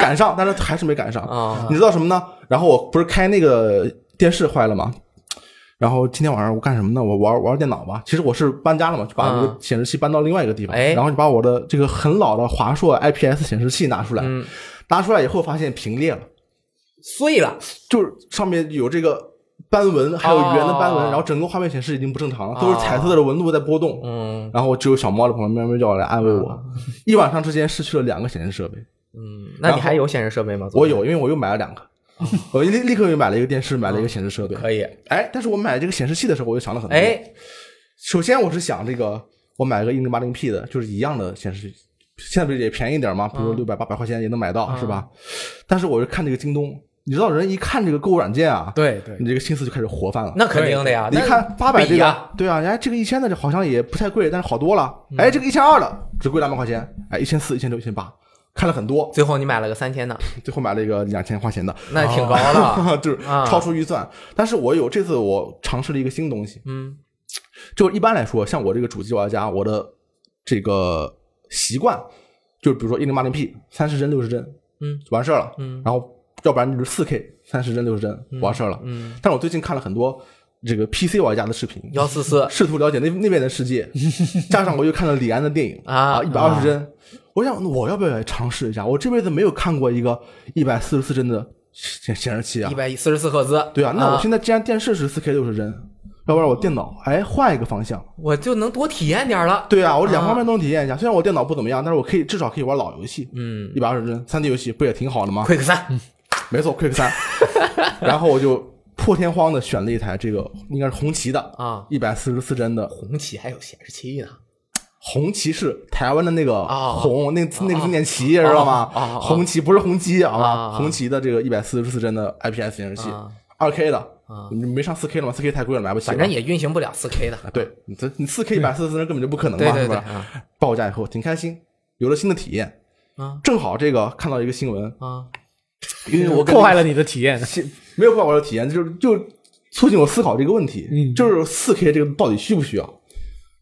赶上，但是还是没赶上。
啊
你知道什么呢？然后我不是开那个电视坏了吗？然后今天晚上我干什么呢？我玩玩电脑吧。其实我是搬家了嘛，就把我的
嗯
显示器搬到另外一个地方，
哎
然后就把我的这个很老的华硕 IPS 显示器拿出来，
嗯
拿出来以后发现屏裂了，
碎了，
就是上面有这个斑纹，还有圆的斑纹，
哦
然后整个画面显示已经不正常了，都是彩色的纹路在波动。
嗯哦
然后只有小猫在旁边喵喵叫来安慰我，一晚上之间失去了两个显示设备。
嗯，那你还有显示设备吗？
我有，因为我又买了两
<laughs>
个，我立立刻又买了一个电视，买了一个显示设备。
可以，
哎，但是我买这个显示器的时候，我就想了很多。，
哎，
首先我是想这个，我买个一零八零 P 的，就是一样的显示器，现在不是也便宜点嘛，比
嗯
如六百八百块钱也能买到，是吧？但是我就看这个京东，你知道人一看这个购物软件啊，
对对
你这个心思就开始活泛了。
那肯定的呀，
你
那
看八百这
啊比
个，
呀
对啊，哎，这个一千的这好像也不太贵，但是好多了。
嗯
哎，这个一千二的只贵两百块钱，哎，一千四、一千六、一千八，看了很多，
最后你买了个三千的，
最后买了一个两千花钱的，
那挺高
哦 <laughs>
的，
就是
啊
超出预算。但是我有这次我尝试了一个新东西，
嗯
就是一般来说，像我这个主机玩家，我的这个习惯就是比如说一零八零 P 三十帧六十帧，
嗯，
完事儿了，
嗯，
然后要不然就是四 K 三十帧六十帧完事儿了，
嗯，
但是我最近看了很多这个 PC 玩家的视频，
幺四四
试图了解那那边的世
<laughs>
界，加上我又看了李安的电影
啊
一百二十帧，我想我要不要也尝试一下？我这辈子没有看过一个一百四十四帧的显显示器啊
一！百四十四赫兹，
对啊，那我现在既然电视是四 K 六十帧，要不然我电脑哎换一个方向？
我就能多体验点了，
对啊，我两方面都能体验一下。虽然我电脑不怎么样，但是我可以至少可以玩老游戏，
嗯
一百二十帧三 D 游戏不也挺好的吗？
，Quick 三，
没错，Quick
<laughs>
三。然后我就破天荒的选了一台这个应该是红旗的
啊，
一百四十四帧的
红旗还有显示器呢，
红旗是台湾的那个
啊
红，那那个字典旗，知道吗
啊啊啊？
红旗不是红旗啊
啊啊
红旗的这个一百四十四帧的 IPS 显示器
啊，
二 K 的，你没上四 K 了吗？四 K 太贵了，买不起了。啊
反正也运行不了四 K 的，
对，你这你四 K 一百四十四帧根本就不可能
对
嘛，
对
是
对
吧？
啊
报价以后挺开心，有了新的体验。
啊
正好这个看到一个新
<laughs>
闻，
啊，
因为我跟
破坏了你的体
<laughs>
验。
没有办法的体验，就是就促进我思考这个问题，
嗯
就是四 K 这个到底需不需要？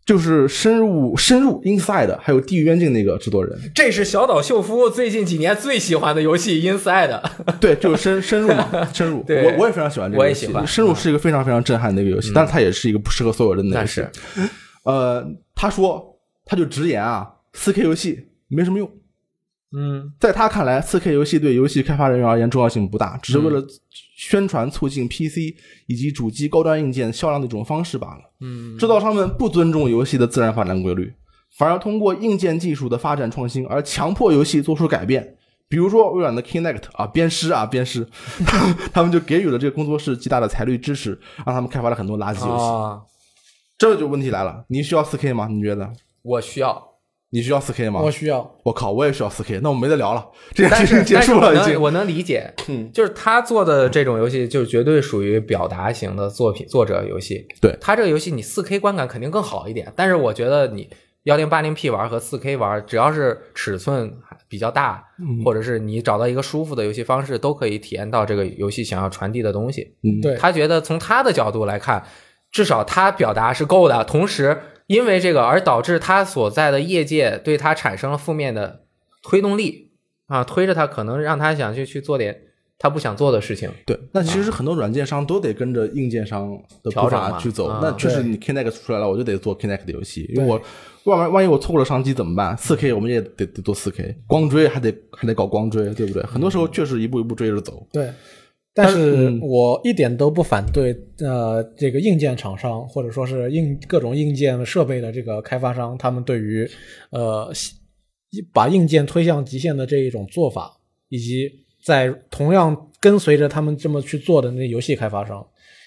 就是深入深入 Inside，还有《地狱冤境》那个制作人，
这是小岛秀夫最近几年最喜欢的游戏 Inside，
<laughs> 对，就是深深入嘛，深入。
<laughs> 对
我我也非常喜欢这个
我也
游戏
喜欢嗯
深入是一个非常非常震撼的一个游戏，但是它也是一个不适合所有人的游戏
那。
呃，他说，他就直言啊，四 K 游戏没什么用。
嗯，
在他看来，四 K 游戏对游戏开发人员而言重要性不大，只是为了
嗯
宣传促进 PC 以及主机高端硬件销量的一种方式罢了。
嗯，
知道他们不尊重游戏的自然发展规律，反而通过硬件技术的发展创新而强迫游戏做出改变。比如说微软的 Kinect 啊，鞭尸啊，鞭尸，他们就给予了这个工作室极大的财力支持，让他们开发了很多垃圾游戏。
啊，
这就问题来了，你需要 4K 吗？你觉得？
我需要，
你需要 4K 吗？
我需要。
我靠，我也需要 4K，那我们没得聊了， <laughs> 这件
但
事
是
情结束了已
但是我
经
能。我能理解，
嗯，
就是他做的这种游戏，就绝对属于表达型的作品作者游戏。
对
他这个游戏，你四 K 观感肯定更好一点，但是我觉得你幺零八零 P 玩和四 K 玩，只要是尺寸比较大，
嗯
或者是你找到一个舒服的游戏方式，都可以体验到这个游戏想要传递的东西。
嗯
对
他觉得从他的角度来看，至少他表达是够的，同时因为这个而导致他所在的业界对他产生了负面的推动力啊，推着他可能让他想去去做点他不想做的事情。
对，那其实很多软件商都得跟着硬件商的步
调整
伐
嘛
去走。
啊
那确实，
对
你 Kinect 出来了，我就得做 Kinect 的游戏，因为我万万万一我错过了商机怎么办？4 K 我们也得得做4 K，光追还得还得搞光追，对不对？很多时
嗯
候确实一步一步追着走。
对，但是
嗯
我一点都不反对呃这个硬件厂商或者说是硬各种硬件设备的这个开发商，他们对于呃西把硬件推向极限的这一种做法，以及在同样跟随着他们这么去做的那游戏开发商，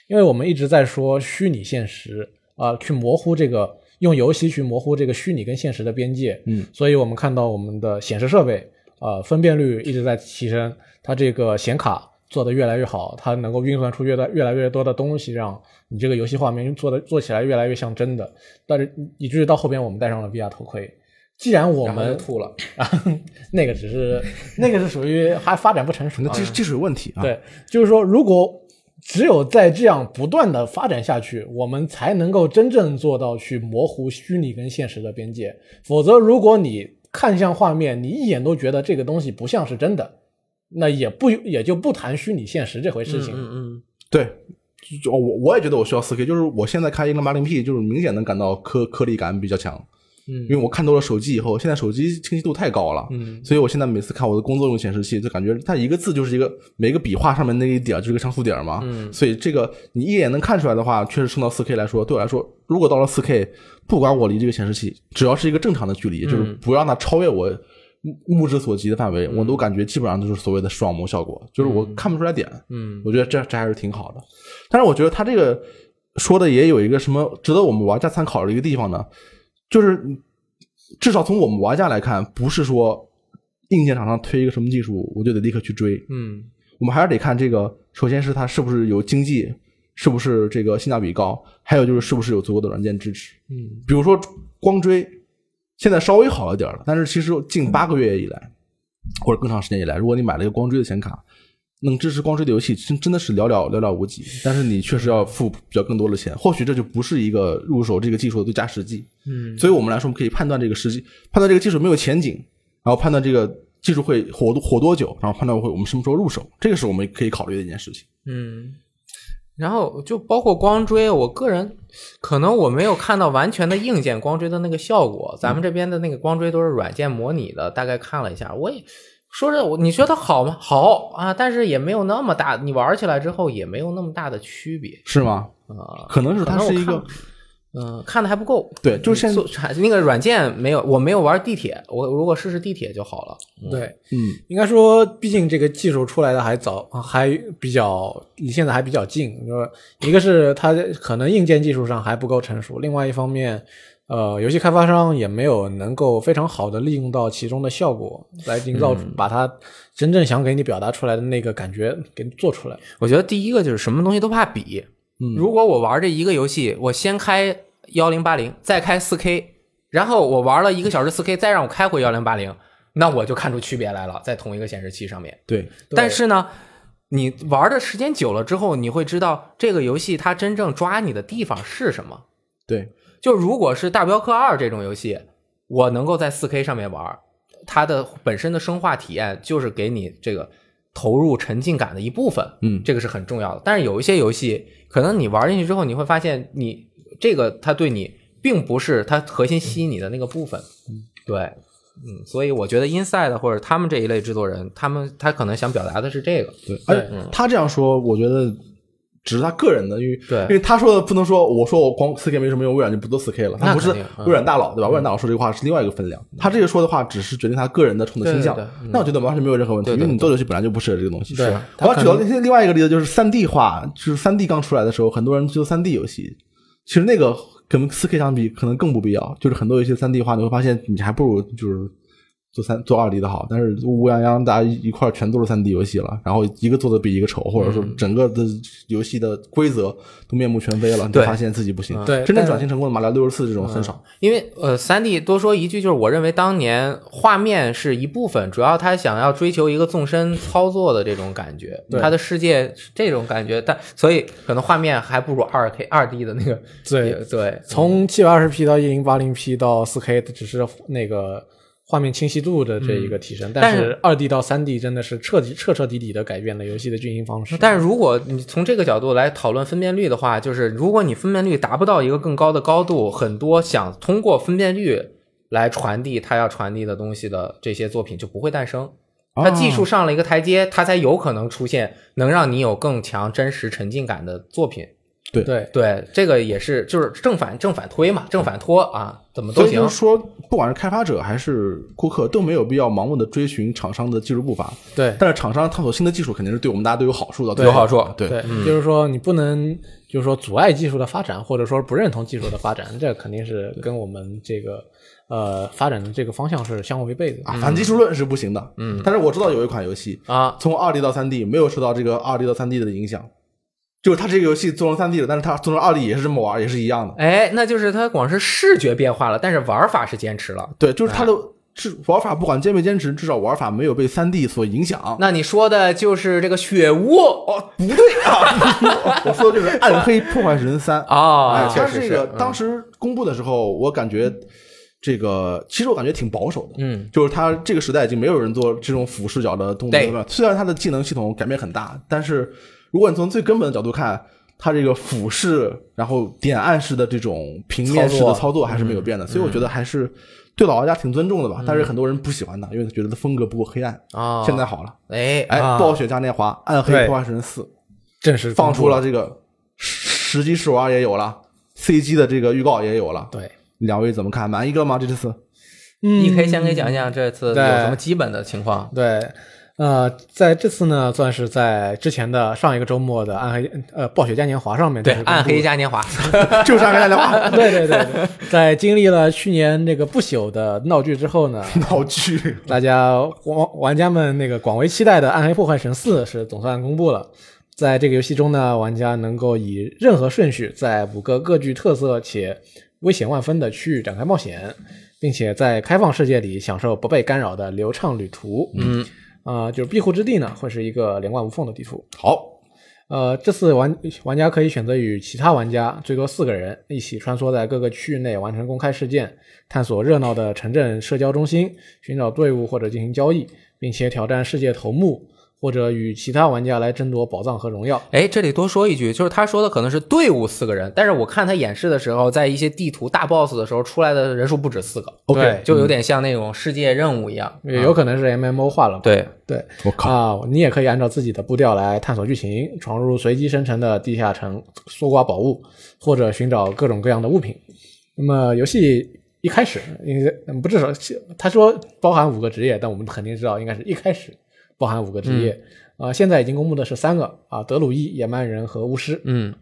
因为我们一直在说虚拟现实啊、去模糊这个用游戏去模糊这个虚拟跟现实的边界，
嗯，
所以我们看到我们的显示设备啊、呃分辨率一直在提升，它这个显卡做得越来越好，它能够运算出越来越来越多的东西，让你这个游戏画面做的做起来越来越像真的，但是以至于到后边我们戴上了 VR 头盔。既然我
然后就
们
吐了，
啊， <laughs> 那个只是那个是属于还发展不成熟
可
的
能
嗯
技技术有问题啊。
对，就是说，如果只有在这样不断的发展下去，我们才能够真正做到去模糊虚拟跟现实的边界。否则，如果你看向画面，你一眼都觉得这个东西不像是真的，那也不也就不谈虚拟现实这回事情。
嗯嗯，
对，就就我我也觉得我需要四 K，就是我现在看一零八零 P，就是明显能感到颗颗粒感比较强。
嗯
因为我看多了手机以后，现在手机清晰度太高了，
嗯，
所以我现在每次看我的工作用显示器，就感觉它一个字就是一个每个笔画上面那一点儿就是个像素点儿嘛，
嗯，
所以这个你一眼能看出来的话，确实升到四 K 来说，对我来说，如果到了四 K，不管我离这个显示器只要是一个正常的距离，就是不让它超越我目目之所及的范围，我都感觉基本上就是所谓的视网膜效果，就是我看不出来点，
嗯
我觉得这这还是挺好的。但是我觉得他这个说的也有一个什么值得我们玩家参考的一个地方呢，就是至少从我们玩家来看，不是说硬件厂商推一个什么技术，我就得立刻去追，
嗯
我们还是得看这个，首先是它是不是有经济，是不是这个性价比高，还有就是是不是有足够的软件支持。
嗯
比如说光追，现在稍微好一点了，但是其实近八个月以来，或者更长时间以来，如果你买了一个光追的显卡，能支持光追的游戏，真真的是寥寥寥寥无几。但是你确实要付比较更多的钱，或许这就不是一个入手这个技术的最佳时机。
嗯
所以我们来说，我们可以判断这个时机，判断这个技术有没有前景，然后判断这个技术会火多火多久，然后判断会我们什么时候入手，这个是我们可以考虑的一件事情。
嗯。然后就包括光追，我个人可能我没有看到完全的硬件光追的那个效果，咱
嗯
们这边的那个光追都是软件模拟的，大概看了一下，我也说这我你觉得好吗？好啊，但是也没有那么大，你玩起来之后也没有那么大的区别
是吗？
啊。
可能是它
可能我
是一个
看嗯，看的还不够，
对，就是现在
做那个软件没有，我没有玩地铁，我如果试试地铁就好了。
对，
嗯
应该说，毕竟这个技术出来的还早，还比较离现在还比较近。你说，一个是它可能硬件技术上还不够成熟，另外一方面，呃，游戏开发商也没有能够非常好的利用到其中的效果，来营造把它真正想给你表达出来的那个感觉给你做出来。
我觉得第一个就是什么东西都怕比。
嗯
如果我玩这一个游戏，我先开幺零八零，再开四 K，然后我玩了一个小时四 K，再让我开回幺零八零，那我就看出区别来了，在同一个显示器上面。
对，
对
但是呢，你玩的时间久了之后，你会知道这个游戏它真正抓你的地方是什么。
对，
就如果是《大镖客二》这种游戏，我能够在4 K 上面玩，它的本身的生化体验就是给你这个投入沉浸感的一部分，
嗯
这个是很重要的。但是有一些游戏，可能你玩进去之后，你会发现你这个它对你并不是它核心吸引你的那个部分，
嗯
对，嗯，所以我觉得 Inside 或者他们这一类制作人，他们他可能想表达的是这个，
对，而且
嗯
他这样说，我觉得只是他个人的，因为
对
因为他说的不能说我说我光四 K 没什么用，微软就不做四 K 了，他
那
不是
肯定嗯
微软大佬对吧？微软大佬说这个话是另外一个分量，他这个说的话只是决定他个人的创作倾向
对对对嗯，
那我觉得完全没有任何问题，
对
因
对
为你做游戏本来就不适合这个东西。
对
是
他
我要
可
举到另另外一个例子，就是三 D 化，就是三 D 刚出来的时候，很多人做三 D 游戏，其实那个跟四 K 相比可能更不必要，就是很多游戏三 D 化，你会发现你还不如就是做三做二 D 的好，但是乌泱泱大家一块儿全都是三 D 游戏了，然后一个做的比一个丑，或者说
嗯
整个的游戏的规则都面目全非了，你就
对
发现自己不行。
对
真正
但
转型成功的马里奥六十四这种很少。
因为呃，三 D 多说一句，就是我认为当年画面是一部分，主要他想要追求一个纵深操作的这种感觉，他的世界是这种感觉，但所以可能画面还不如二 K 二 D 的那个
对
也对，
从七百二十 P 到一零八零 P 到四 K，只是那个画面清晰度的这一个提升，但
嗯但
是
是
二 D 到三 D 真的是彻底彻彻底底的改变了游戏的运营方式。
但是如果你从这个角度来讨论分辨率的话，就是如果你分辨率达不到一个更高的高度，很多想通过分辨率来传递它要传递的东西的这些作品就不会诞生。
哦
它技术上了一个台阶，它才有可能出现能让你有更强真实沉浸感的作品。
对，
对，这个也是就是正反正反推嘛，正反拖啊，怎么
所
都
以
行
就是。说，不管是开发者还是顾客，都没有必要盲目的追寻厂商的技术步伐。
对
但是厂商探索新的技术，肯定是对我们大家都有好处的，
有好处
对，
对，就是说你不能就是说阻碍技术的发展，或者说不认同技术的发展，这肯定是跟我们这个呃发展的这个方向是相违背的。
啊，反技术论是不行的。嗯，但是我知道有一款游戏
啊，
从二 D 到三 D 没有受到这个二 D 到三 D 的影响，就是它这个游戏做成三 D 了，但是它做成二 D 也是这么玩，也是一样的。
哎，那就是它光是视觉变化了，但是玩法是坚持了。
对，就是它的是玩法，不管坚没坚持，至少玩法没有被三 D 所影响。
那你说的就是这个血污
哦，不对啊！ <laughs> 我说的就是《暗黑破坏神 <laughs> 三》哎
啊，确
它
实
这
是
个。当时公布的时候，我感觉这个其实我感觉挺保守的，
嗯，
就是它这个时代已经没有人做这种俯视角的动作
对
了。虽然它的技能系统改变很大，但是如果你从最根本的角度看，它这个俯视，然后点按式的这种平面式的
操作
操作还是没有变的，所以我觉得还是对老玩家挺尊重的吧。但是很多人不喜欢它，因为觉得它风格不够黑暗。
啊，
现在好了，
哎
哎，
啊
暴雪嘉年华、暗黑
对
破坏神四
正式
放出
出
了，这个实实际试玩啊也有了，CG 的这个预告也有了。
对，
两位怎么看？满意个吗？这次？
嗯
E K 先给讲讲这次有
对
什么基本的情况。
对，呃，在这次呢，算是在之前的上一个周末的暗黑呃暴雪嘉年华上面，
对
就是，公布
暗黑嘉年华，
就是暗黑嘉年华 <laughs>
<laughs> 对对对对，在经历了去年那个不朽的闹剧之后呢，
闹剧。
大家玩玩家们那个广为期待的《暗黑破坏神四》是总算公布了。在这个游戏中呢，玩家能够以任何顺序，在五个各具特色且危险万分的区域展开冒险，并且在开放世界里享受不被干扰的流畅旅途。
嗯，
啊、就是庇护之地呢，会是一个连贯无缝的地图。
好，
呃，这次玩玩家可以选择与其他玩家最多四个人一起穿梭在各个区域内，完成公开事件，探索热闹的城镇社交中心，寻找队伍或者进行交易，并且挑战世界头目，或者与其他玩家来争夺宝藏和荣耀。
哎，这里多说一句，就是他说的可能是队伍四个人，但是我看他演示的时候，在一些地图大 boss 的时候出来的人数不止四个
OK
对就有点像那种世界任务一样。啊
也有可能是 MMO 化了嘛，
对，
对
我靠，
啊、你也可以按照自己的步调来探索剧情，闯入随机生成的地下城，搜刮宝物，或者寻找各种各样的物品。那么游戏一开始，应该嗯不至少他说包含五个职业，但我们肯定知道应该是一开始包含五个职业。
嗯
啊、现在已经公布的是三个啊，德鲁伊、野蛮人和巫师。
嗯，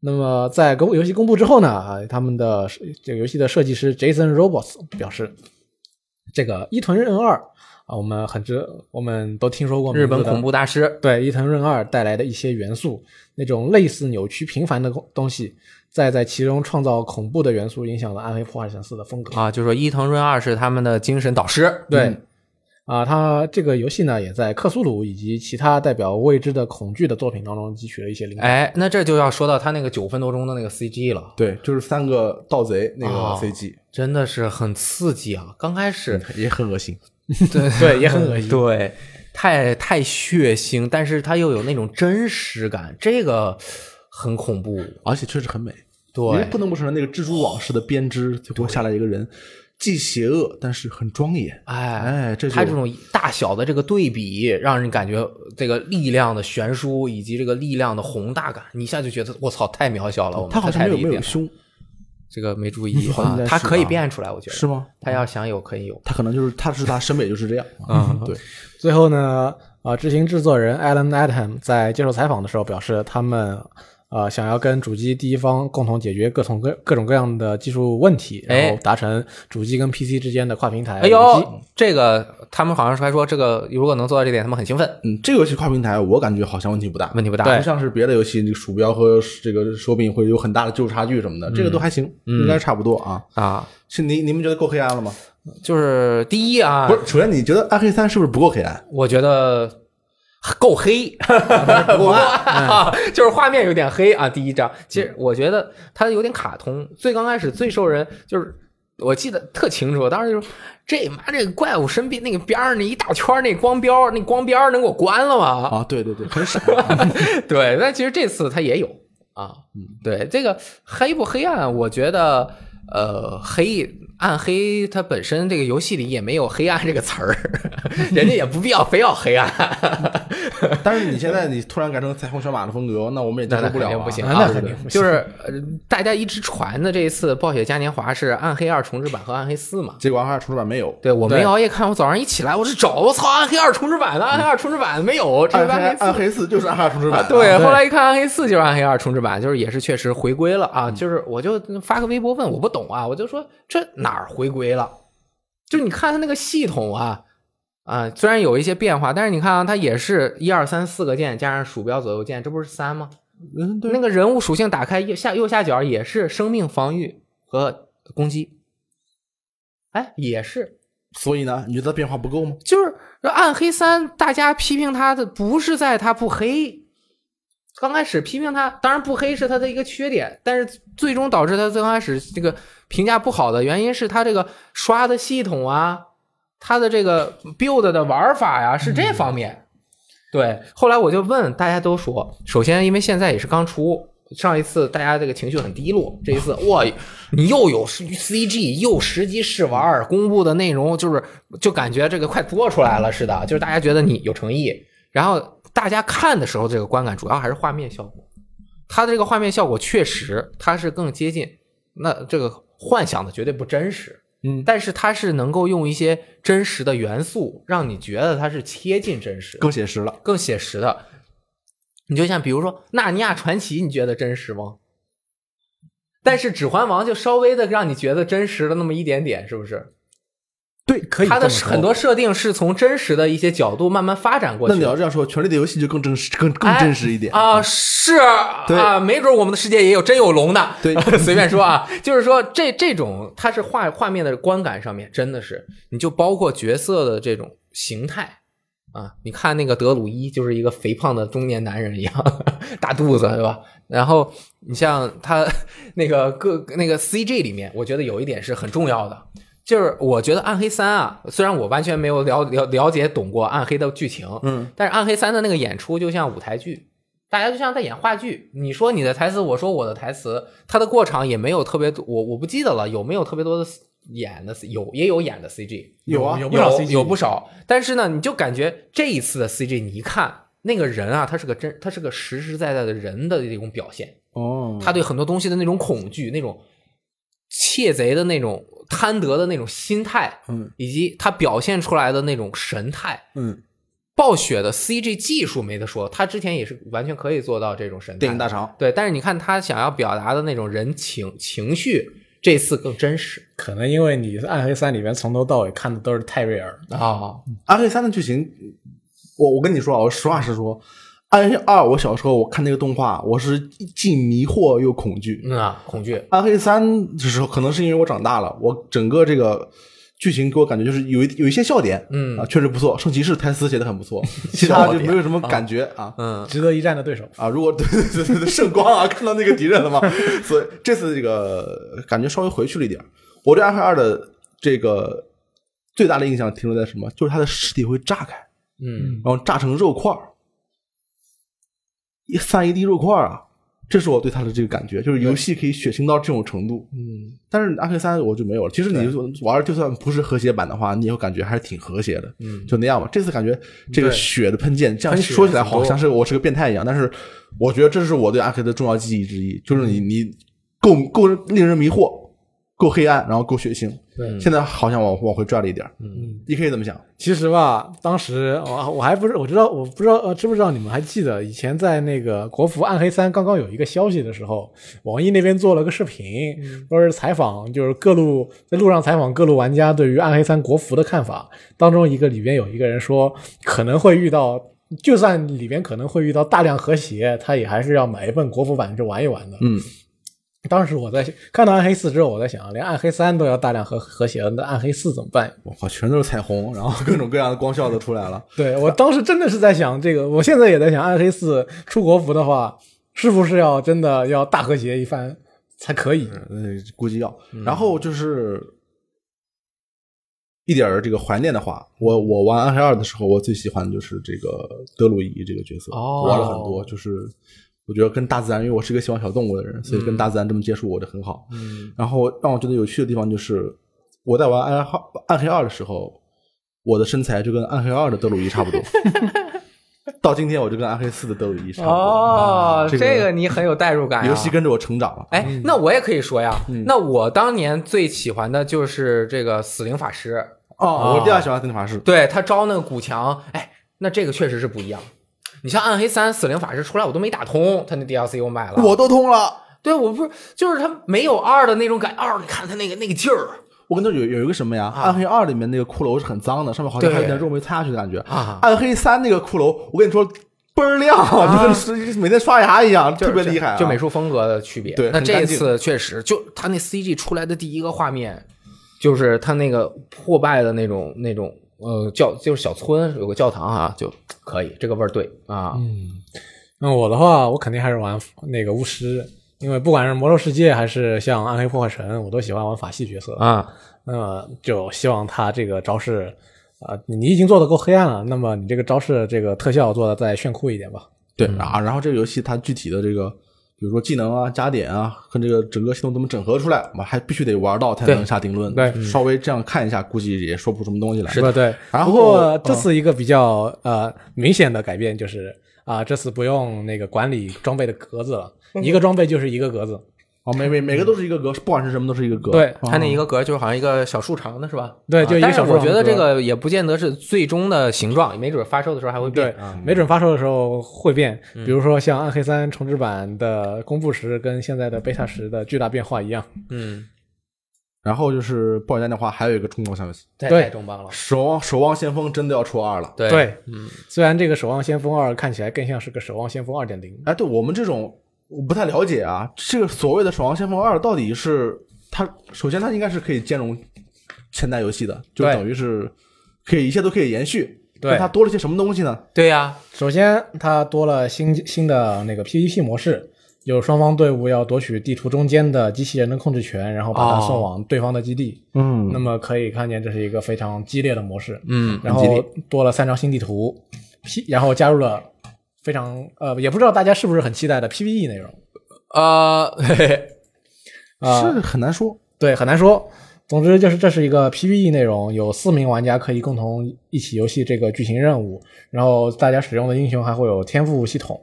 那么在公游戏公布之后呢，啊，他们的这个游戏的设计师 Jason Robots 表示，这个伊藤润二啊，我们很知，我们都听说过
日本
名字的
恐怖大师，
对伊藤润二带来的一些元素，那种类似扭曲平凡的东西，再在其中创造恐怖的元素，影响了《暗黑破坏神四》的风格。
啊，就说伊藤润二是他们的精神导师。
对，
嗯
啊，它这个游戏呢，也在克苏鲁以及其他代表未知的恐惧的作品当中汲取了一些灵感。
哎，那这就要说到他那个九分多钟的那个 CG 了，
对，就是三个盗贼那个
哦
CG、
真的是很刺激啊！刚开始，
也很恶心。
对
对，也很
哎
恶心。
对，太太血腥，但是它又有那种真实感，这个很恐怖。
而且确实很美。因为
对，
不能不承认，那个蜘蛛网式的编织，最后下来一个人，既邪恶，但是很庄严。
哎，
哎，这就
它这种大小的这个对比，让人感觉这个力量的悬殊以及这个力量的宏大感，你一下就觉得我操，太渺小了。我们
他好像
太
没有
低
没有
点了
胸，
这个没注意
好像
啊
应该，是
它可以
吧
变出来，我觉得
是吗？
他要想有可以有。
他可能就是他是他审美就是这样
<laughs> 嗯
对，
最后呢，啊、执行制作人 Alan Adam 在接受采访的时候表示，他们。呃，想要跟主机第一方共同解决各种各各种各样的技术问题，然
哎
后达成主机跟 PC 之间的跨平台。
哎呦，这个他们好像还说，这个如果能做到这点，他们很兴奋，
嗯，这个游戏跨平台，我感觉好像问题不大，
问题不大。
不像是别的游戏，这个鼠标和这个手柄会有很大的技术差距什
嗯
么的，这个都还行，应该差不多啊。
啊，
是你你们觉得够黑暗了吗？
就是第一啊
不，是，首先你觉得《暗黑三》是不是不够黑暗？
我觉得够黑，不过 <laughs> 啊就是画面有点黑啊。第一张，其实我觉得它有点卡通，最刚开始最受人就是。我记得特清楚，当时就说这妈这个怪物身边那个边儿那一大圈儿那光标儿那光边儿能给我关了吗？
啊，对对对，很啊傻。
<laughs> 对，但其实这次它也有啊。对，这个黑不黑暗，我觉得呃，黑暗黑它本身这个游戏里也没有黑暗这个词儿， <laughs> 人家也不必要非要黑暗。
<laughs> 但是你现在你突然改成彩虹小马的风格，那我们也接
<laughs> 那
受不
那肯
了
定
<laughs> 啊。
不行
啊那肯定不行
就是呃大家一直传的这一次暴雪嘉年华是《暗黑二》重置版和《暗黑四》嘛。
结果《暗黑出了版没有，
对，我没
对
熬夜看，我早上一起来我就找，我操，《暗黑二》重置版呢，《暗黑二》重置版没有，这
暗
个
黑
暗黑四
暗黑四就是暗黑重 <laughs> 置版、
啊对，
对
后来一看《暗黑四》就是《暗黑二》重置版，就是也是确实回归了啊。就是我就发个微博问我不懂啊，我就说这哪儿回归了？就是你看它那个系统啊啊，虽然有一些变化，但是你看啊，它也是一二三四个键加上鼠标左右键，这不是三吗？
嗯，对
那个人物属性打开右下右下角也是生命、防御和攻击，哎，也是。
所以呢，你觉得变化不够吗？
就是《暗黑三》，大家批评他的不是在他不黑，刚开始批评他，当然不黑是他的一个缺点，但是最终导致他最开始这个评价不好的原因是他这个刷的系统啊，他的这个 build 的玩法呀、是这方面。对，后来我就问，大家都说，首先因为现在也是刚出，上一次大家这个情绪很低落，这一次哇，你又有 CG 又实机试玩，公布的内容就是就感觉这个快做出来了似的，就是大家觉得你有诚意，然后大家看的时候这个观感主要还是画面效果，它的这个画面效果确实它是更接近那这个幻想的绝对不真实。
嗯，
但是它是能够用一些真实的元素，让你觉得它是贴近真实的，
更写实了。
更写实的。你就像比如说《纳尼亚传奇》，你觉得真实吗？但是《指环王》就稍微的让你觉得真实了那么一点点，是不是？
对，可以
它的
这么说
很多设定是从真实的一些角度慢慢发展过
那
去
你要
的。
这样说，《权力的游戏》就更真实、更更
哎
真实一点。
啊、是
对
啊，没准我们的世界也有真有龙呢。
对
<laughs> 随便说啊，就是说这这种它是画画面的观感上面，真的是你就包括角色的这种形态啊，你看那个德鲁伊就是一个肥胖的中年男人一样，大肚子对吧？然后你像他 <laughs> 那个各那个 CG 里面，我觉得有一点是很重要的。就是我觉得《暗黑三》啊，虽然我完全没有了了了解懂过《暗黑》的剧情，
嗯，
但是《暗黑三》的那个演出就像舞台剧，大家就像在演话剧，你说你的台词，我说我的台词，他的过场也没有特别多，我我不记得了，有没有特别多的演的有也有演的 CG，
有啊
有
有
不少 CG
有不少，但是呢，你就感觉这一次的 CG，你一看那个人啊，他是个真，他是个实实在在的人的这种表现，
哦，
他对很多东西的那种恐惧，那种窃贼的那种贪得的那种心态，
嗯
以及他表现出来的那种神态，
嗯，
暴雪的 CG 技术没得说，他之前也是完全可以做到这种神态。
电影大赏，
对，但是你看他想要表达的那种人情情绪，这次更真实
可能因为你《暗黑三》里面从头到尾看的都是泰瑞
<laughs>
尔，
啊、
《暗黑三》的剧情，我我跟你说啊，我实话实说，《暗黑二》我小时候我看那个动画，我是既迷惑又恐惧，
嗯啊，恐惧，
暗黑三的时候，可能是因为我长大了，我整个这个剧情给我感觉就是有一有一些笑点，
嗯
啊，确实不错。圣骑士台词写的很不错，其他就没有什么感觉啊
嗯
值得一战的对手。
啊！如果对 <laughs> 对对对对，圣光啊，看到那个敌人了嘛， <laughs> 所以这次这个感觉稍微回去了一点儿。我对暗黑二的这个最大的印象停留在什么？就是他的尸体会炸开，
嗯，
然后炸成肉块儿，一散一地肉块儿啊！这是我对他的这个感觉，就是游戏可以血腥到这种程度。嗯，但是暗黑三我就没有了。其实你玩儿就算不是和谐版的话，你也会感觉还是挺和谐的。嗯，就那样吧。这次感觉这个
对
血的喷溅，这样
喷血
说起来
很多
好像是我是个变态一样，但是我觉得这是我对暗黑的重要记忆之一，就是你你够够令人迷惑，够黑暗，然后够血腥。
嗯
对
现在好像往往回拽了一点。嗯，E K 怎么想？
其实吧，当时哦我我还不是我知道，我不知道呃知不知道你们还记得以前在那个《国服暗黑三》刚刚有一个消息的时候，网易那边做了个视频，
嗯
说是采访，就是各路在路上采访各路玩家对于《暗黑三》国服的看法。当中一个里边有一个人说，可能会遇到，就算里边可能会遇到大量和谐，他也还是要买一份国服版就玩一玩的。
嗯，
当时我在看到《暗黑四》之后，我在想，连《暗黑三》都要大量和和谐了，那《暗黑四》怎么办？
我靠，全都是彩虹，然后各种各样的光效都出来了。
<laughs> 对 <laughs> 我当时真的是在想这个，我现在也在想，暗黑四出国服的话，是不是要真的要大和谐一番才可以？
嗯，估计要。然后就是一点儿这个怀念的话，我我玩暗黑二的时候，我最喜欢的就是这个德鲁伊这个角色，
哦
玩了很多，就是。我觉得跟大自然，因为我是一个喜欢小动物的人，所以跟大自然这么接触我就很好。
嗯，
然后让我觉得有趣的地方就是，我在玩暗黑暗黑二的时候，我的身材就跟暗黑二的德鲁伊差
<laughs>
不多。到今天我就跟暗黑四的德鲁伊差不多。
哦，
这
这
个
个你很有代入感、啊，
游戏跟着我成长了。
哎，那我也可以说呀，
嗯
那我当年最喜欢的就是这个死灵法师，
哦，我第二喜欢森林法师。
对他招那个古墙，哎，那这个确实是不一样。你像《暗黑三》死灵法师出来，我都没打通，他那 DLC 我买了。
我都通了。
对我不是就是他没有二的那种感，二你看他那个那个劲儿
我跟你说有有一个什么呀，暗黑二》里面那个骷髅是很脏的，上面好像
对
还有点肉没擦下去的感觉。
啊，
暗黑三》那个骷髅，我跟你说倍儿亮，就跟是每天刷牙一样，
就是
特别厉害啊。
就美术风格的区别。
对
那
很
这
干
一
净
次确实就他那 CG 出来的第一个画面，就是他那个破败的那种那种呃教就是小村有个教堂啊，就可以这个味儿对啊，
嗯
那我的话，我肯定还是玩那个巫师，因为不管是魔兽世界还是像暗黑破坏神，我都喜欢玩法系角色。
啊，
那么就希望他这个招式啊、你已经做的够黑暗了，那么你这个招式这个特效做的再炫酷一点吧。
对啊，然后这个游戏它具体的这个，比如说技能啊、加点啊，和这个整个系统怎么整合出来，我们还必须得玩到才
对
能下定论。
对
稍微这样看一下，估计也说不出什么东西来。
是的，对。
然后
不过这次一个比较、呃明显的改变就是啊、这次不用那个管理装备的格子了，一个装备就是一个格子。
哦，每每每个都是一个格，不管是什么都是一个格。
对
哦
它那一个格就是好像一个小竖长的是吧？
对
啊
就一个
但是
小竖
我
长
觉
的
得这
格
个也不见得是最终的形状，没准发售的时候还会
对
变。，
没准发售的时候会变，比如说像《暗黑三》重置版的公布时跟现在的贝塔时的巨大变化一样。
嗯，
然后就是爆米单的话，还有一个重磅消息，
太
对
太重磅了。
《守望守望先锋》真的要出二了。
对
对
嗯，
虽然这个《守望先锋二》看起来更像是个《守望先锋二点零》，
哎，对我们这种我不太了解啊，这个所谓的《守望先锋二》到底是它，首先它应该是可以兼容现代游戏的，就
对
等于是可以一切都可以延续。
对
那它多了些什么东西呢？
对呀、
首先它多了新新的那个 PVP 模式，有双方队伍要夺取地图中间的机器人的控制权，然后把它
哦
送往对方的基地。
嗯
那么可以看见这是一个非常激烈的模式。
嗯，
然
很激
后多了三张新地图，P，然后加入了非常呃，也不知道大家是不是很期待的 PVE 内容
呃，嘿嘿
啊、
是很难说。
对，很难说。总之就是这是一个 PVE 内容，有四名玩家可以共同一起游戏这个剧情任务，然后大家使用的英雄还会有天赋系统，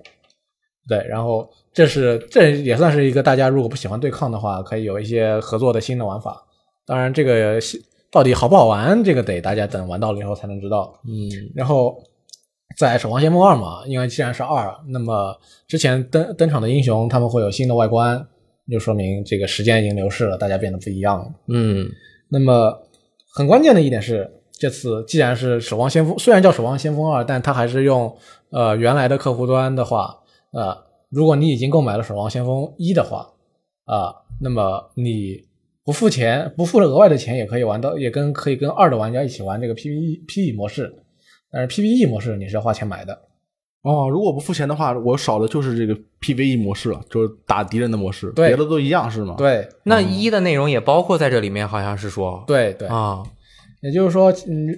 对，然后这是这也算是一个大家如果不喜欢对抗的话，可以有一些合作的新的玩法。当然，这个系到底好不好玩，这个得大家等玩到了以后才能知道。
嗯，
然后在《守望先锋二》嘛，因为既然是二，那么之前登登场的英雄他们会有新的外观，就说明这个时间已经流逝了，大家变得不一样了。
嗯，
那么很关键的一点是，这次既然是《守望先锋》，虽然叫《守望先锋二》，但它还是用呃原来的客户端的话，呃，如果你已经购买了《守望先锋一》的话，啊、那么你不付钱，不付额外的钱也可以玩到，也跟可以跟二的玩家一起玩这个 E，PVE PVE 模式，但是 PVE 模式你是要花钱买的。
哦，如果不付钱的话，我少的就是这个 PVE 模式了，就是打敌人的模式，
对
别的都一样是吗？，
对
那一的内容也包括在这里面，好像是说，
对嗯对，
啊，
也就是说，嗯，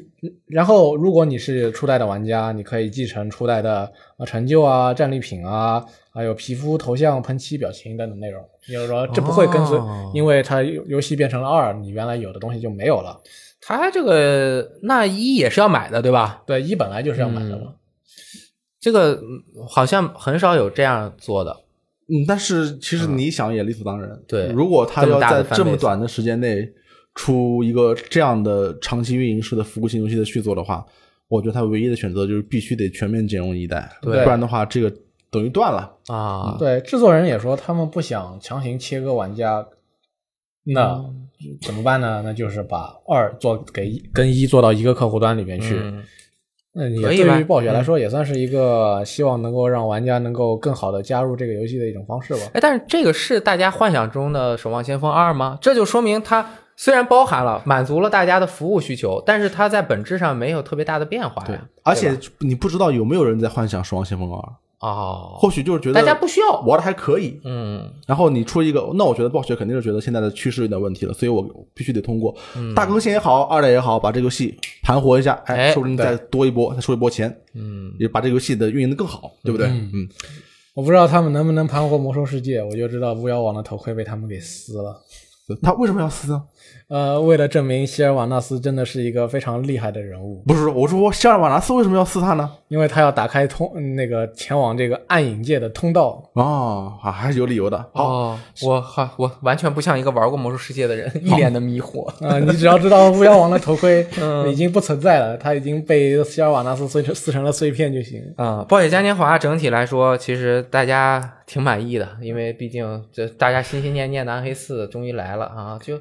然后如果你是初代的玩家，你可以继承初代的呃成就啊、战利品啊，还有皮肤、头像、喷漆、表情等等内容。也就是说，这不会跟随，
哦
因为它游游戏变成了二，你原来有的东西就没有了。
它这个那一也是要买的，对吧？
对，一本来就是要买的嘛。
嗯这个嗯好像很少有这样做的。
嗯，但是其实你想也理所当然。
对
如果他
这么
要
大的
在
翻
这么
倍
短的时间内出一个这样的长期运营式的服务型游戏的续作的话，我觉得他唯一的选择就是必须得全面兼容一代，不
对
然的话这个等于断了。
啊，
对，制作人也说他们不想强行切割玩家，那
嗯
怎么办呢？那就是把二做给一跟一做到一个客户端里面去。
嗯
嗯，
可
也
以吧
对于暴雪来说，也算是一个希望能够让玩家能够更好的加入这个游戏的一种方式吧。
哎，但是这个是大家幻想中的《守望先锋二》吗？这就说明它虽然包含了满足了大家的服务需求，但是它在本质上没有特别大的变化呀。
而且你不知道有没有人在幻想《守望先锋二》，
哦，
或许就是觉得
大家不需要。
玩的还可以，
嗯
然后你出一个，那我觉得暴雪肯定是觉得现在的趋势有点问题了，所以我必须得通过、大更新也好，二代也好，把这个游戏盘活一下，
哎
哎，说不定再多一波，再收一波钱，
嗯，
也把这个游戏的运营的更好，对不对？嗯，
我不知道他们能不能盘活魔兽世界，我就知道巫妖王的头盔被他们给撕了。
他为什么要撕呢？
呃，为了证明希尔瓦纳斯真的是一个非常厉害的人物，
不是，我说希尔瓦纳斯为什么要撕他呢？
因为他要打开通嗯那个前往这个暗影界的通道。
哦，还还是有理由的。好，
哦，我好，我完全不像一个玩过魔兽世界的人，一脸的迷惑。
呃，你只要知道巫妖王的头盔
嗯
已经不存在了，他已经被希尔瓦纳斯碎成撕成了碎片就行。
啊、暴雪嘉年华整体来说，其实大家挺满意的，因为毕竟这大家心心念念的暗黑四终于来了啊，就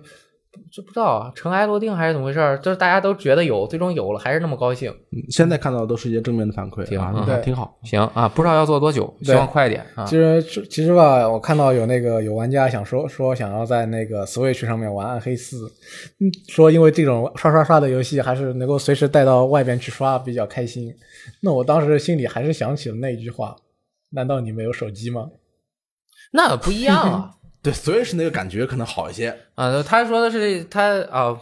就不知道啊，尘埃落定还是怎么回事儿，就是大家都觉得有，最终有了，还是那么高兴。
嗯现在看到的都是一些正面的反馈
挺
啊，
好
那还
对
挺好。
行啊，不知道要做多久，希
对
望快点啊
其。实其实吧，我看到有那个有玩家想说说想要在那个 Switch 上面玩《暗黑四》，嗯，说因为这种刷刷刷的游戏还是能够随时带到外边去刷，比较开心。那我当时心里还是想起了那一句话：难道你没有手机吗？ <laughs>
那不一样啊
对，Switch 那个感觉可能好一些。
啊，他说的是他啊。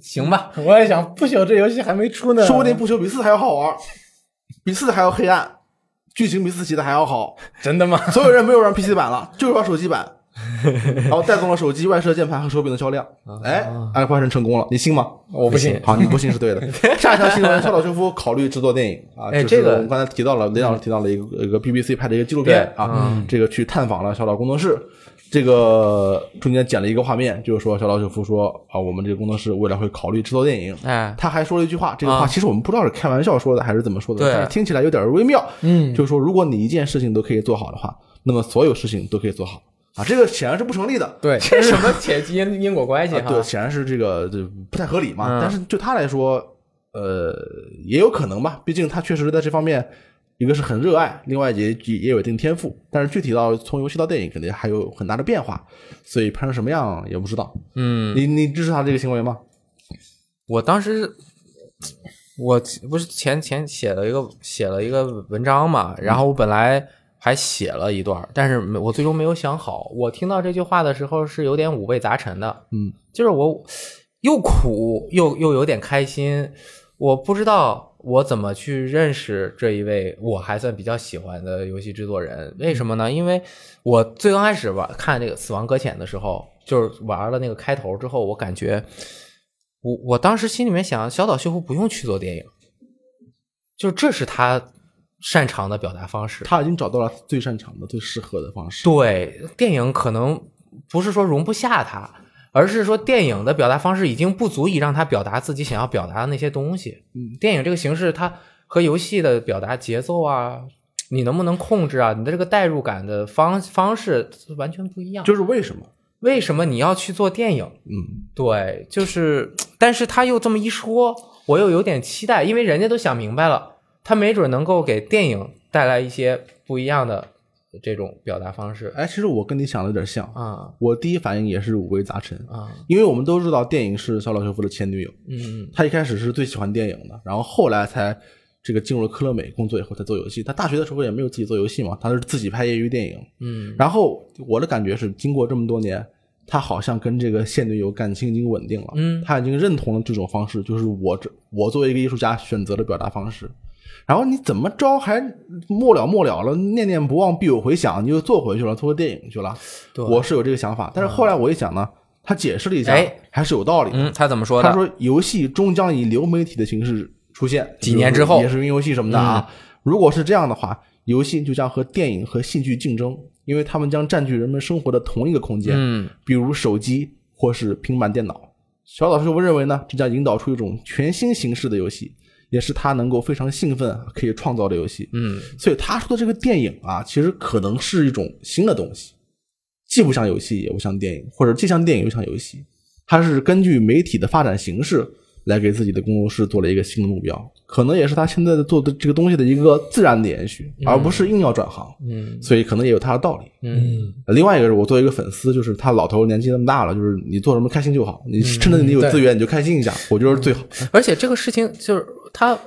行吧，
我也想，不朽这游戏还没出呢，
说不定不朽比四还要好玩，比四还要黑暗，剧情比四写的还要好。
<laughs> 真的吗？
所有人没有玩 PC 版了， <laughs> 就是玩手机版，然后带动了手机外设键盘和手柄的销量。哎，爱幻神成功了，你信吗？
我不
啊
信
不信。
好，你不信是
<laughs>
对的。下一条新闻，肖岛修夫考虑制作电影啊，
哎
就是
这个嗯
我们刚才提到了，雷老师提到了一个一个 BBC 拍的一个纪录片
对嗯
啊，这个去探访了小岛工作室。这个中间剪了一个画面，就是说小岛秀夫说啊，我们这个工作室未来会考虑制作电影。
哎，
他还说了一句话，这个话
啊
其实我们不知道是开玩笑说的还是怎么说的，
对
但是听起来有点微妙。
嗯，
就是说，如果你一件事情都可以做好的话，那么所有事情都可以做好啊，这个显然是不成立的。
对，
这
<laughs>
什么且因因果关系
啊，
哎哈？
对，显然是这个这不太合理嘛。
嗯
但是就他来说，呃，也有可能吧，毕竟他确实在这方面，一个是很热爱，另外也也也有一定天赋。但是具体到从游戏到电影，肯定还有很大的变化，所以拍成什么样也不知道。
嗯，
你你支持他这个行为吗？
我当时我不是前前写了一个写了一个文章嘛，然后我本来还写了一段儿，但是没我最终没有想好。我听到这句话的时候是有点五味杂陈的，
嗯，
就是我又苦又又有点开心，我不知道我怎么去认识这一位我还算比较喜欢的游戏制作人。为什么呢？因为我最刚开始玩看这个《死亡搁浅》的时候，就是玩了那个开头之后，我感觉我我当时心里面想，小岛秀夫不用去做电影，就这是他擅长的表达方式。
他已经找到了最擅长的、最适合的方式。
对，电影可能不是说容不下他，而是说电影的表达方式已经不足以让他表达自己想要表达的那些东西。
嗯，
电影这个形式，它和游戏的表达节奏啊，你能不能控制啊，你的这个代入感的方方式完全不一样。
就是为什么？
为什么你要去做电影？
嗯，
对，就是，但是他又这么一说，我又有点期待，因为人家都想明白了，他没准能够给电影带来一些不一样的这种表达方式
哎，其实我跟你想的有点像，
啊
我第一反应也是五味杂陈，
啊，
因为我们都知道电影是小岛秀夫的前女友。
嗯
他一开始是最喜欢电影的，然后后来才这个进入了科乐美工作以后才做游戏。他大学的时候也没有自己做游戏嘛，他是自己拍业余电影。
嗯，
然后我的感觉是，经过这么多年，他好像跟这个现女友感情已经稳定了，
嗯
他已经认同了这种方式，就是我这我作为一个艺术家选择的表达方式。然后你怎么着还末了末了了，念念不忘必有回响，你又做回去了，做电影去了。
对，
我是有这个想法，但是后来我一想呢，他解释了一下，
哎
还是有道理的。
嗯，他怎么说的？
他说游戏终将以流媒体的形式出现，
几年之后嗯
也是云游戏什么的啊。如果是这样的话，游戏就将和电影和戏剧竞争，因为他们将占据人们生活的同一个空间，
嗯，
比如手机或是平板电脑。小岛秀夫认为呢，这将引导出一种全新形式的游戏，也是他能够非常兴奋可以创造的游戏。
嗯，
所以他说的这个电影啊，其实可能是一种新的东西，既不像游戏，也不像电影，或者既像电影又像游戏。它是根据媒体的发展形式来给自己的工作室做了一个新的目标，可能也是他现在的做的这个东西的一个自然的延续，而不是硬要转行。
嗯
所以可能也有他的道理。呃
嗯
另外一个是我作为一个粉丝，就是他老头年纪那么大了，就是你做什么开心就好，
嗯
你趁着你有资源你就开心一下，我觉得是最好。
而且这个事情就是他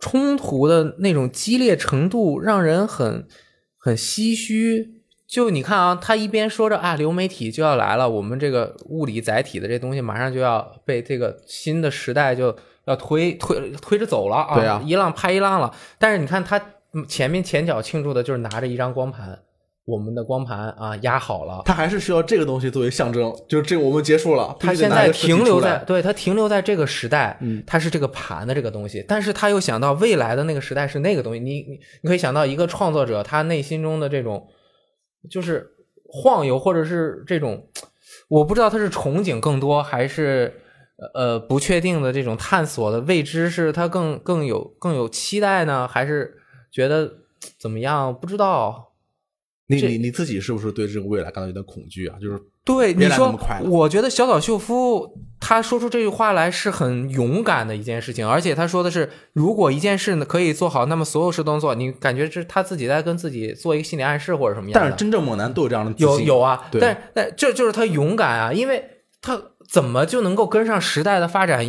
冲突的那种激烈程度，让人很很唏嘘。就你看啊，他一边说着啊，流媒体就要来了，我们这个物理载体的这东西马上就要被这个新的时代就要推推推着走了啊，
对啊
一浪拍一浪了。但是你看他嗯前面前脚庆祝的就是拿着一张光盘，我们的光盘啊压好了，
他还是需要这个东西作为象征，就是这个我们结束了，
他
必须得
现
拿一
在
个实体
停留
出来
在对他停留在这个时代
嗯，
他是这个盘的这个东西，但是他又想到未来的那个时代是那个东西，你你你可以想到一个创作者他内心中的这种就是晃悠，或者是这种我不知道他是憧憬更多还是。呃，不确定的这种探索的未知，是他更更有更有期待呢，还是觉得怎么样？不知道，
你
这
你你自己是不是对这个未来感到有点恐惧啊？就是
对，
别来
你
那
说
么快，了
我觉得小岛秀夫他说出这句话来是很勇敢的一件事情，而且他说的是，如果一件事呢可以做好，那么所有事都能做。你感觉这是他自己在跟自己做一个心理暗示或者什么样的？
但是真正猛男都有这样的自信
有有啊，
对
但但这就是他勇敢啊，因为他怎么就能够跟上时代的发展？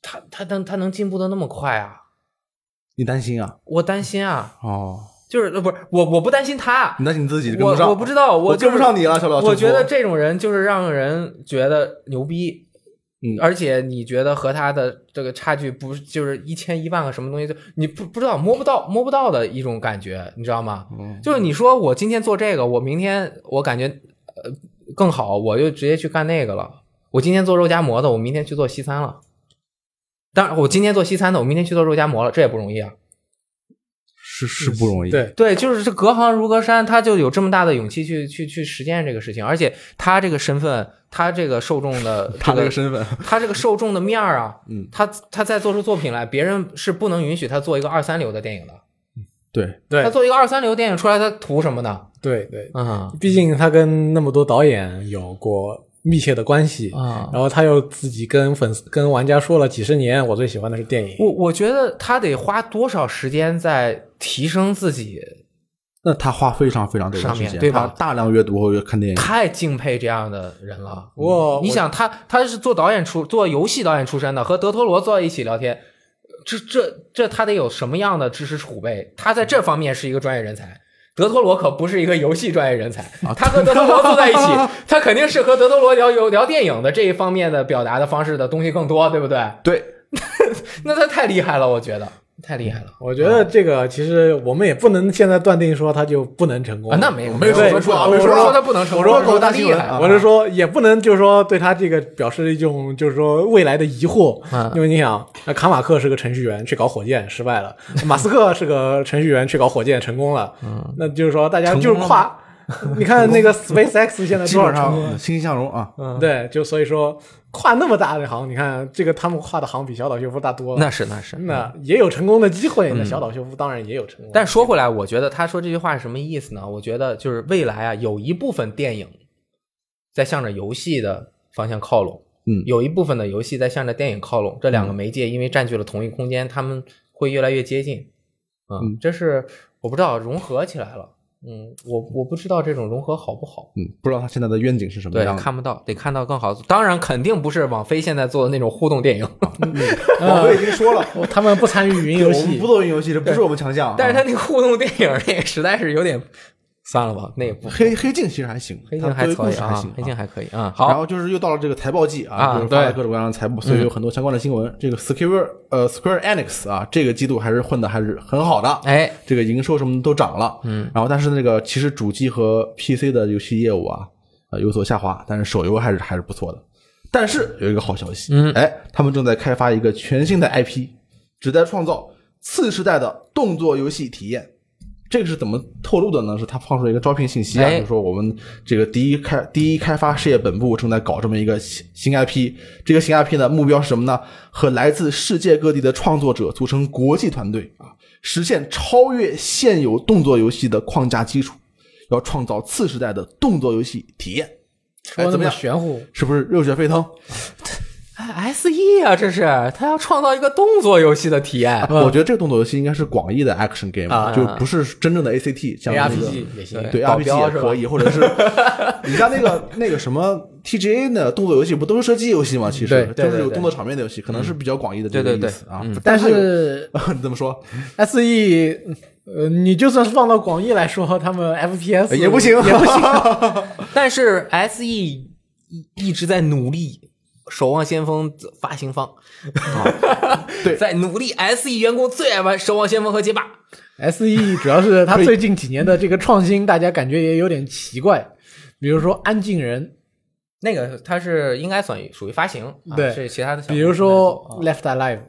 他他能他能进步的那么快啊？
你担心啊？
我担心啊，
哦，
就是呃不是我我不担心他，
你担心你自己跟不上？
我我不知道，
我
就
跟不
是
上你了，小老师。
我觉得这种人就是让人觉得牛逼，而且你觉得和它的这个差距不是就是一千一万个什么东西，就你不不知道摸不到摸不到的一种感觉，你知道
嗯
吗？就是你说我今天做这个，我明天我感觉呃更好，我就直接去干那个了。我今天做肉夹馍的，我明天去做西餐了。当然，我今天做西餐的，我明天去做肉夹馍了，这也不容易啊。
是是不容易。
对，
对，就是这隔行如隔山，他就有这么大的勇气去去去实践这个事情，而且他这个身份，他这个受众的、这个、
他这个身份，
他这个受众的面儿啊，
嗯，
他他再做出作品来，别人是不能允许他做一个二三流的电影的。
对，
对
他做一个二三流电影出来，他图什么呢？
对对，
啊
毕竟他跟那么多导演有过密切的关系，
啊！
然后他又自己跟粉丝、跟玩家说了几十年，我最喜欢的是电影。
我我觉得他得花多少时间在提升自己，
那他花非常非常多的
上
时
面
间，
对吧
他大量阅读和看电影，
太敬佩这样的人了。嗯
不过
你
我，
想他他是做导演出做游戏导演出身的，和德托罗坐在一起聊天，这这这他得有什么样的知识储备？他在这方面是一个专业人才。德托罗可不是一个游戏专业人才，他和德托罗坐在一起，他肯定是和德托罗聊有聊电影的这一方面的表达的方式的东西更多，对不对？
对，
那他太厉害了，我觉得太厉害了
我觉
啊
得这个其实我们们也不能现在断定说他就不能成功
啊！那没有
没
有
说
我
错啊
我
没
不
说
是
错
说他不能成功，
我说
说他
大新
厉
闻
害
啊
我是说，也不能就是说对他这个表示一种就是说未来的疑惑，
啊
嗯
因为你想，呃卡马克是个程序员去搞火箭失败了，马斯克是个程序员去搞火箭成功了，
嗯
那就是说大家就是跨，你看那个 SpaceX 现在
<laughs> 基
多少
本
成功
上欣欣向荣啊。
嗯，对，就所以说跨那么大的行，你看这个他们跨的行比小岛秀夫大多了，
那是那是
那也有成功的机会，
嗯
那小岛秀夫当然也有成功，
但说回来，我觉得他说这句话是什么意思呢？我觉得就是未来啊，有一部分电影在向着游戏的方向靠拢，
嗯
有一部分的游戏在向着电影靠拢。这两个媒介因为占据了同一空间，他们会越来越接近。嗯
嗯，
这是我不知道融合起来了。嗯，我我不知道这种融合好不好，
嗯，不知道他现在的愿景是什么
对，
样的。
看不到，得看到更好。当然，肯定不是网飞现在做的那种互动电影，
嗯
<laughs>
网飞已经说了，
哦他们不参与云游
我们
戏
不，做云游戏，这不是我们强项啊。
但是他那个互动电影那个实在是有点，算了吧，那也不
黑黑镜其实还行，
黑镜
它
还
作为
可
故
以
事
啊
还行，，
黑镜还可以啊。
然
好，
后就是又到了这个财报季
啊
啊，就是发
对嗯
了各种各样的财报，所以有很多相关的新闻。这个 Square 呃 Square Enix 啊，这个季度还是混的还是很好的，
哎，
这个营收什么的都涨了，嗯，然后但是那个其实主机和 PC 的游戏业务啊，呃有所下滑，但是手游还是还是不错的。但是有一个好消息，
嗯
哎，他们正在开发一个全新的 IP，旨在创造次世代的动作游戏体验。这个是怎么透露的呢？是他放出了一个招聘信息啊，
哎
就是说我们这个第一开第一开发事业本部正在搞这么一个新新 IP，这个新 IP 呢目标是什么呢？和来自世界各地的创作者组成国际团队啊，实现超越现有动作游戏的框架基础，要创造次时代的动作游戏体验。哎，
说那
怎么
么
样？
玄乎，
是不是热血沸腾？
哎，S E 啊，这是他要创造一个动作游戏的体 <laughs> 验。
<laughs> 我觉得这个动作游戏应该是广义的 action game，、
啊
就不是真正的 ACT，像、那个、
ARPG 也行
对
保
RPG
镖
也
是吧
可以，或者
<laughs>
是你像那个那个什么 TGA 的动作游戏，不都是射击游戏吗？其实
对
对
就是有
对
动作场面的游戏，可能是比较广义的这
对
个
对
意
对
思啊
嗯。
但
还有
是
你 <laughs> 怎么说
S E，呃，你就算是放到广义来说，他们 F P S
也不行，
也不行。
但是 S E 一一直在努力，《守望先锋》发行方哦 <laughs>
对
在努力。S E 员工最爱玩《守望先锋》和街霸，
S E 主要是它最近几年的这个创新，大家感觉也有点奇怪，比如说安静人，
那个它是应该算属于发行，啊
对
是其他的小公司在做。
比如说 Left Alive，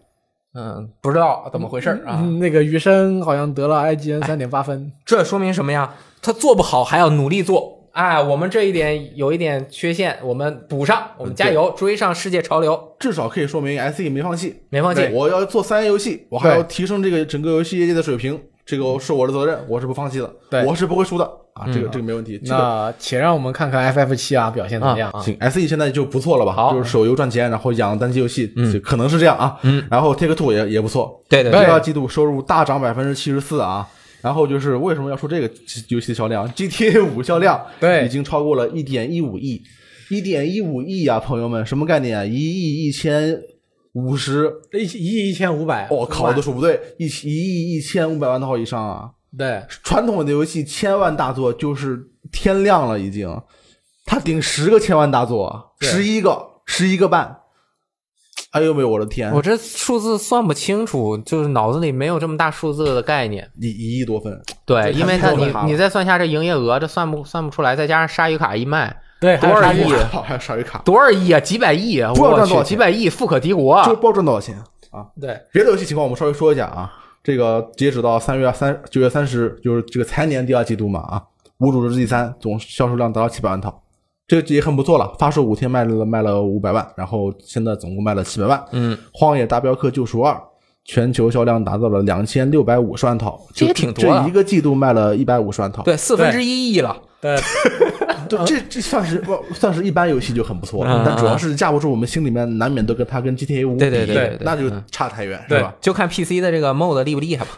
嗯，不知道怎么回事儿啊，
嗯，那个余生好像得了 I G N 三点八分，
这说明什么呀？他做不好还要努力做。哎，我们这一点有一点缺陷，我们补上，
嗯
我们加油，追上世界潮流，
至少可以说明 SE 没放弃。
没放弃。
我要做三 A 游戏，我还
对
要提升这个整个游戏业界的水平，这个是我的责任，我是不放弃的，
对
我是不会输的啊，
嗯
这个这个没问题。这个
那且让我们看看 F F 七啊表现怎么样啊？
行，SE 现在就不错了吧？
好
就是手游赚钱，然后养单机游戏，就可能是这样啊。嗯，然后 Take Two 也也不错，
对对
第
对，
二季度收入大涨百分之七十四啊。然后就是为什么要说这个游戏的销量？GTA 五销量
对
已经超过了一点一五亿，一点一五亿啊，朋友们，什么概念啊？一亿一千五十
一一亿一千五百，
我、靠，我都数不对，一一亿一千五百万套以上啊！
对，
传统的游戏千万大作就是天量了，已经，它顶十个千万大作啊，
对
十一个，十一个半，哎呦喂，我的天，
我这数字算不清楚，就是脑子里没有这么大数字的概念。
一一亿多份，
对，
这
因为
太
它
多了
你你再算下这营业额，这算不算不出来，再加上鲨鱼卡一卖
对，还有
多少
鲨鱼
亿
卡
好，还有鲨鱼卡，
多少亿啊，几百亿啊，
不知道
我
赚多
去，
少
几百亿富可敌国啊
就。不知道赚多少钱啊？
对，
别的游戏情况我们稍微说一下啊。这个截止到三月三九月三十，就是这个财年第二季度嘛啊，《无主之地三》总销售量达到七百万套，这个也很不错了。发售五天卖了卖了五百万，然后现在总共卖了七百万。
嗯，
《荒野大镖客：救赎二》全球销量达到了两千六百五十万套，
这也
就
挺多的啊
这一个季度卖了一百五十万套，
对，四
分
分
之
之一亿了。
对，
对，这这算是不算是一般游戏就很不错了，但主要是架不住我们心里面难免都跟它跟 GTA 五比，
嗯对对对嗯对对
那就差太远，
对
是吧？
就看 PC 的这个 mod 厉不厉害吧，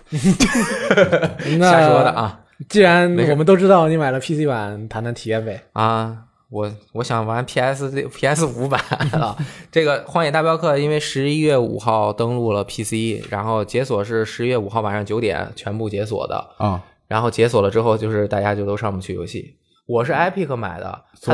那
瞎说的。啊
既然我们都知道你买了 PC 版，谈谈体验呗。
啊！我我想玩 PS 这 PS 五版啊，这个《荒野大镖客》因为十一月五号登陆了 PC，然后解锁是十月五号晚上九点全部解锁的，
啊、
然后解锁了之后就是大家就都上不去游戏。我是 Epic 买的，它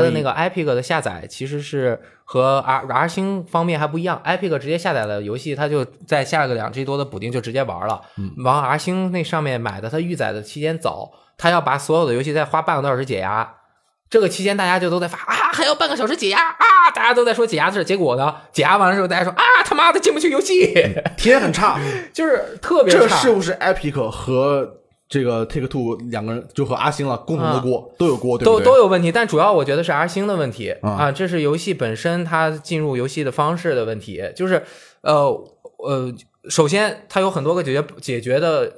嗯所以
的那个 Epic 的下载其实是和 R R 星方面还不一样，Epic 直接下载了游戏，它就在下个两 G 多的补丁就直接玩了。
嗯
往 R 星那上面买的，它预载的期间早，它要把所有的游戏再花半个多小时解压。这个期间大家就都在发啊，还要半个小时解压啊，大家都在说解压的事。结果呢，解压完了之后，大家说啊，他妈的进不去游戏， <laughs>
体验很差，
就是特别差。
这是不是 Epic 和这个 Take Two 两个人就和阿星了共同的锅、都有锅，对不
啊都
对？
都有问题，但主要我觉得是 R 星的问题、
嗯
啊，这是游戏本身它进入游戏的方式的问题，就是呃呃，首先它有很多个解决解决的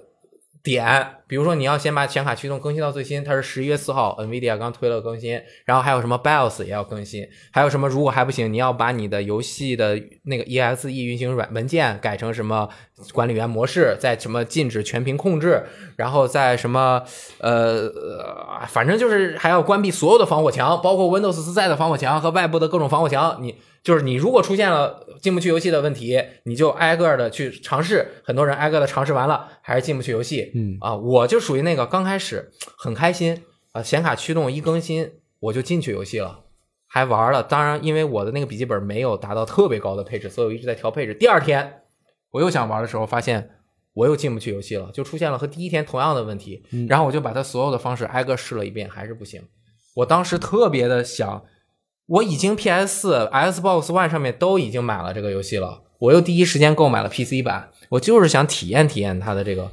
点，比如说你要先把显卡驱动更新到最新，它是十一月四号，NVIDIA 刚推了更新，然后还有什么 BIOS 也要更新，还有什么如果还不行，你要把你的游戏的那个 EXE 运行软文件改成什么管理员模式，再什么禁止全屏控制，然后再什么呃，呃反正就是还要关闭所有的防火墙，包括 Windows 自带的防火墙和外部的各种防火墙，你。就是你如果出现了进不去游戏的问题，你就挨个的去尝试。很多人挨个的尝试完了，还是进不去游戏。
嗯
啊，我就属于那个刚开始很开心啊，显卡驱动一更新我就进去游戏了，还玩了。当然，因为我的那个笔记本没有达到特别高的配置，所以我一直在调配置。第二天我又想玩的时候，发现我又进不去游戏了，就出现了和第一天同样的问题。
嗯
然后我就把它所有的方式挨个试了一遍，还是不行。我当时特别的想，我已经 PS 四、Xbox One 上面都已经买了这个游戏了，我又第一时间购买了 PC 版，我就是想体验体验它的这个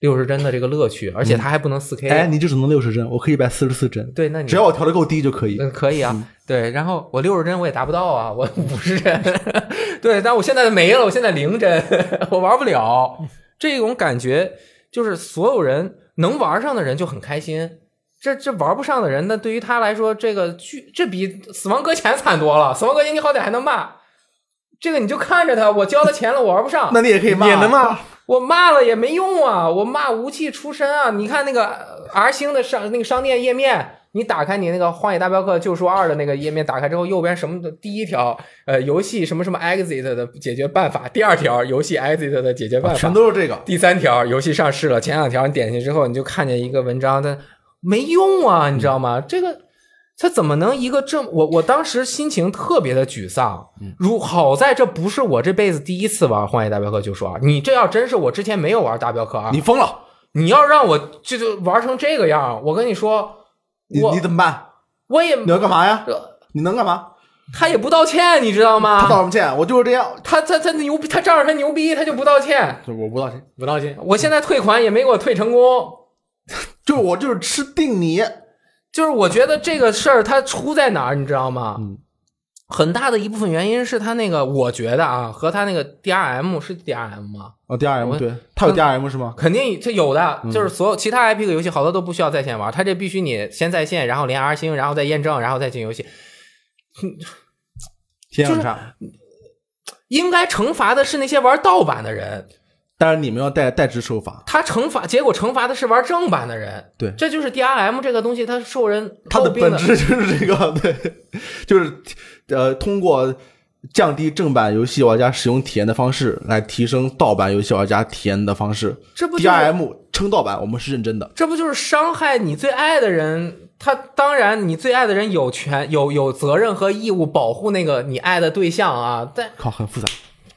六十帧的这个乐趣，而且它还不能四 K、
哎，你就只能六十帧，我可以一百四十四帧，
对，那你
只要我调的够低就可以。
嗯，可以啊，对。然后我六十帧我也达不到啊，我五十帧，对。但我现在没了，我现在零帧， <laughs> 我玩不了。这种感觉就是所有人能玩上的人就很开心，这这玩不上的人，那对于他来说，这个剧这比《死亡搁浅》惨多了，《死亡搁浅》你好歹还能骂。这个你就看着他，我交了钱了，我玩不上，
那你也可以骂，
也能骂，
我骂了也没用啊，我骂无器出身啊！你看那个呃 R 星的商那个商店页面，你打开你那个《荒野大镖客：救赎二》的那个页面，打开之后右边什么的第一条，呃，游戏什么什么 exit 的解决办法，第二条游戏 exit 的解决办法，
全都是这个。
第三条游戏上市了，前两条你点进去之后，你就看见一个文章，但没用
嗯
啊，你知道吗？这个它怎么能一个这么我我当时心情特别的沮丧。
嗯
如好在这不是我这辈子第一次玩《荒野大镖客：救赎二》，你这要真是我之前没有玩《大镖客二》，
你
你
疯了，
你要让我就就玩成这个样，我跟你说，
你
我
你怎么办？
我也
你要干嘛呀？
这啊
你能干嘛？
他也不道歉，你知道
他道
吗？
什么歉？我就是这样，
他他他牛逼，他仗着他牛逼，他就不道歉。
就我不道歉，
不道歉，
我现在退款也没给我退成功，
就我就是吃定你。
就是我觉得这个事儿它出在哪儿，你知道吗？
嗯
很大的一部分原因是他那个，我觉得啊，和他那个 DRM 是 DRM 吗？
哦，DRM
我
对，他有 DRM 是吗？
肯定这有的，
嗯
就是所有其他 IP 的游戏好多都不需要在线玩，他这必须你先在线，然后连 R 星，然后再验证，然后再进游戏。
体验很
就是
差。
应该惩罚的是那些玩盗版的人，
但是你们要代代之手法，
他惩罚结果惩罚的是玩正版的人。
对
这就是 DRM 这个东西，它受人
它的
诟病
本质就是这个， <laughs> 对，就是呃，通过降低正版游戏玩家使用体验的方式，来提升盗版游戏玩家体验的方式。
这不就是
DRM 称盗版，我们是认真的。
这不就是伤害你最爱的人？他当然，你最爱的人有权、有有责任和义务保护那个你爱的对象啊。但
靠，很复杂，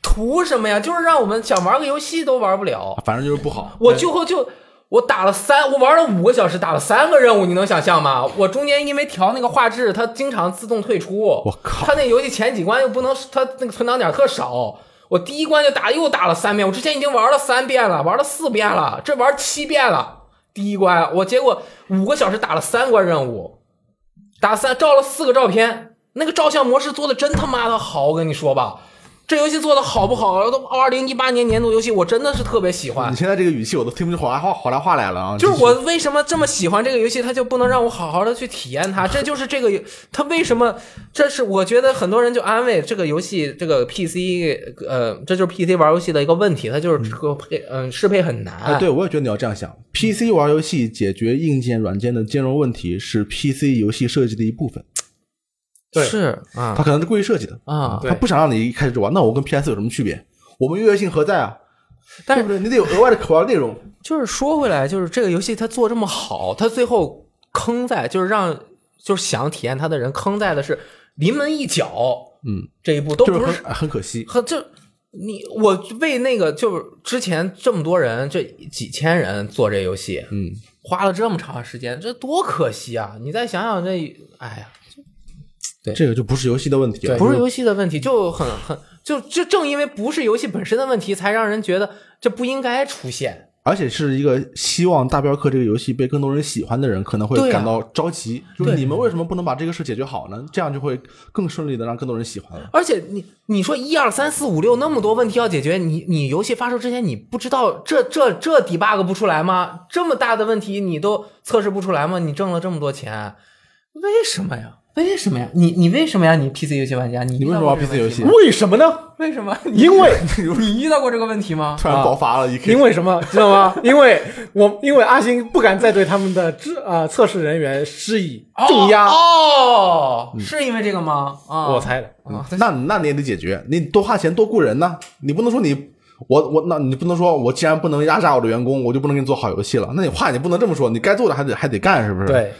图什么呀？就是让我们想玩个游戏都玩不了。
反正就是不好。
我最后就我打了三，我玩了五个小时，打了三个任务，你能想象吗？我中间因为调那个画质，它经常自动退出。我
靠
它那游戏前几关又不能，它那个存档点特少。我第一关就打又打了三遍，我之前已经玩了三遍了，玩了四遍了，这玩七遍了。第一关我结果五个小时打了三关任务，打三照了四个照片，那个照相模式做的真他妈的好，我跟你说吧，这游戏做的好不好？都二零一八年年度游戏，我真的是特别喜欢
啊你。现在这个语气我都听不出好来话好来话来了啊！
就是我为什么这么喜欢这个游戏，它就不能让我好好的去体验它？这就是这个游，它为什么？这是我觉得很多人就安慰这个游戏，这个 PC，呃，这就是 PC 玩游戏的一个问题，它就是这个配，嗯，适配很
啊，
难。
对，我也觉得你要这样想。PC 玩游戏解决硬件、软件的兼容问题是 PC 游戏设计的一部分，
对
是啊
它可能是故意设计的，
啊，
对
他不想让你一开始就玩。那我跟 PS 有什么区别？我们优越性何在啊？
但
对
是
不对？你得有额外的可玩内容。
就是说回来，就是这个游戏它做这么好，它最后坑在就是让就是想体验它的人坑在的是临门一脚
嗯，
这一步，都
就
不
很
是
很可惜。
和就你我为那个就是之前这么多人，这几千人做这游戏，
嗯，
花了这么长时间，这多可惜啊！你再想想这，哎呀，对
这个就不是游戏的问题了，
对
不是游戏的问题，就很很就就正因为不是游戏本身的问题，才让人觉得这不应该出现。
而且是一个希望《大镖客》这个游戏被更多人喜欢的人，可能会
对啊
感到着急，就是
对
你们为什么不能把这个事解决好呢？这样就会更顺利的让更多人喜欢了。
而且你你说一二三四五六那么多问题要解决，你你游戏发售之前你不知道这这这 debug 不出来吗？这么大的问题你都测试不出来吗？你挣了这么多钱，为什么呀？为什么呀？你你为什么呀？你 PC 游戏玩家，你
你
遇
为
到
什么
过
玩
这个
PC 游戏
问题吗？
为什么呢？
为什么？你
因为 <laughs>
你 <laughs> 遇到过这个问题吗？
突然爆发了，一
因
看
为什么知道吗？因为我因为阿星不敢再对他们的制啊测试人员施以 <laughs> 重压，嗯
哦，是因为这个吗？啊，
我猜的。
啊，
嗯那那你也得解决，你多花钱多雇人呢，你不能说你。我我那你不能说，我既然不能压榨我的员工，我就不能给你做好游戏了。那你话你不能这么说，你该做的还得还得干，是不是？，
对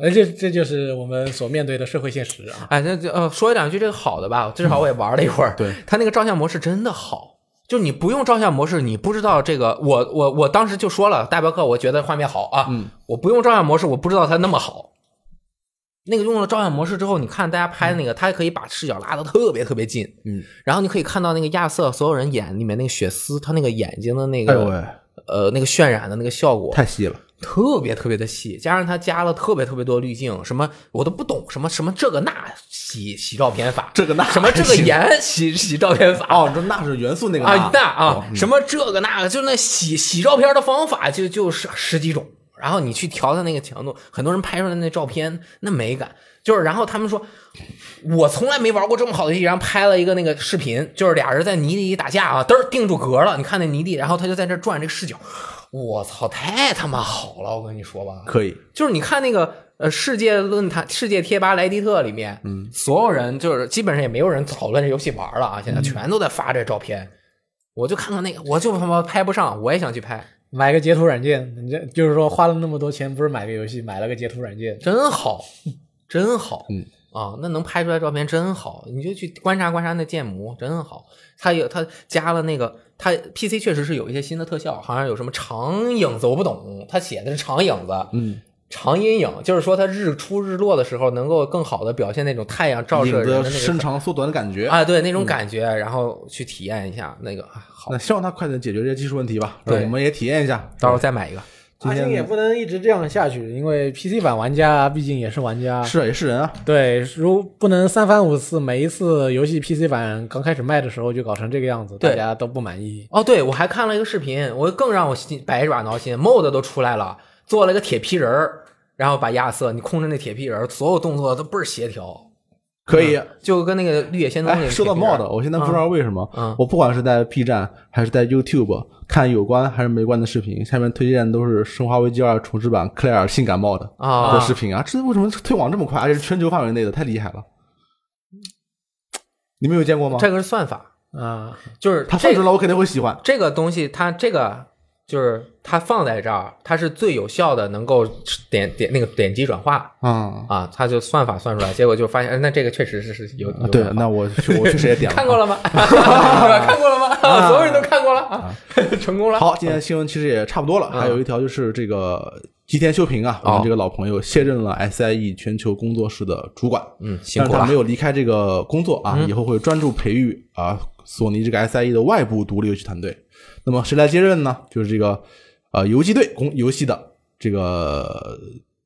而且这就是我们所面对的社会现实啊。
哎，那就呃，说两句这个好的吧，至少我也玩了一会儿。
嗯对，
它那个照相模式真的好，就你不用照相模式，你不知道这个。我我我当时就说了，大镖客，我觉得画面好啊，
嗯，
我不用照相模式，我不知道它那么好。那个用了照相模式之后，你看大家拍那个，它可以把视角拉得特别特别近，
嗯，
然后你可以看到那个亚瑟所有人眼里面那个血丝，他那个眼睛的那
哎呦
个、
喂，
呃那个渲染的那个效果，
太细了，
特别特别的细，加上它加了特别特别多滤镜，什么我都不懂，什么什么这个那洗洗照片法，
这个那
什么这个盐洗洗照片法。
哦，这那是元素那个
啊，那
那
啊，什么这个那个，就那洗洗照片的方法就就是十几种，然后你去调它那个强度，很多人拍出来那照片那美感，就是然后他们说，我从来没玩过这么好的游戏，然后拍了一个那个视频，就是俩人在泥地里打架啊，嘚儿定住格了，你看那泥地，然后他就在这转这个视角，我操，太他妈好了，我跟你说吧，
可以，
就是你看那个呃世界论坛、世界贴吧莱迪特里面，嗯，所有人就是基本上也没有人讨论这游戏玩了啊，现在全都在发这照片。我就看看那个，我就他妈拍不上，我也想去拍，
买个截图软件，你这就是说花了那么多钱，不是买个游戏，买了个截图软件。
真好，真好，
嗯
啊，那能拍出来照片真好，你就去观察观察那建模，真好。它有它加了那个，它 PC 确实是有一些新的特效，好像有什么长影子，我不懂，它写的是长影子，
嗯，
长阴影，就是说它日出日落的时候能够更好的表现那种太阳照射
影
人的
子
那个
伸长缩短的感觉。
啊，对那种感觉，然后去体验一下那个啊好，
嗯那希望他快点解决这些技术问题吧，
对
我们也体验一下。
到时候再买一个。
今
阿
天
星也不能一直这样下去，因为 PC 版玩家毕竟也是玩家，
是啊，也是人啊，
嗯
对，如不能三番五次，每一次游戏 PC 版刚开始卖的时候就搞成这个样子，
对
大家都不满意。
哦，对，我还看了一个视频，我更让我心百爪挠心，MOD 都出来了，做了一个铁皮人儿，然后把亚瑟你控制那铁皮人儿，所有动作都倍儿协调，
可以。
就跟那个绿野仙踪那
哎，
个
说到
铁皮人儿
mod，我现在不知道为什么，
嗯
我不管是在 B 站还是在 YouTube 看有关还是没关的视频，下面推荐都是《生化危机二》重置版克莱尔性感 mod
啊
的视频啊，这为什么推广这么快，而且是全球范围内的，太厉害了。你们有见过吗？
这个是算法，
啊，
就是
他
这
放出来我肯定会喜欢。
这个东西，它这个就是它放在这儿，它是最有效的，能够点点那个点击转化
啊，
啊，它就算法算出来，结果就发现，哎那这个确实是是有有
啊对
转，化
那我去我确实也点了。
<laughs> 看过了
<laughs>
吗？看过了吗？
啊
所有人都看过了啊，成功了。
好，今天的新闻其实也差不多了，还有一条就是这个吉田修平啊，我们这个老朋友卸任了 SIE 全球工作室的主管，
嗯，辛
但是
苦
他
了嗯
没。有离开这个工作啊，以后会专注培育啊索尼这个 SIE 的外部独立游戏团队。那么谁来接任呢？就是这个呃游击队公游戏的这个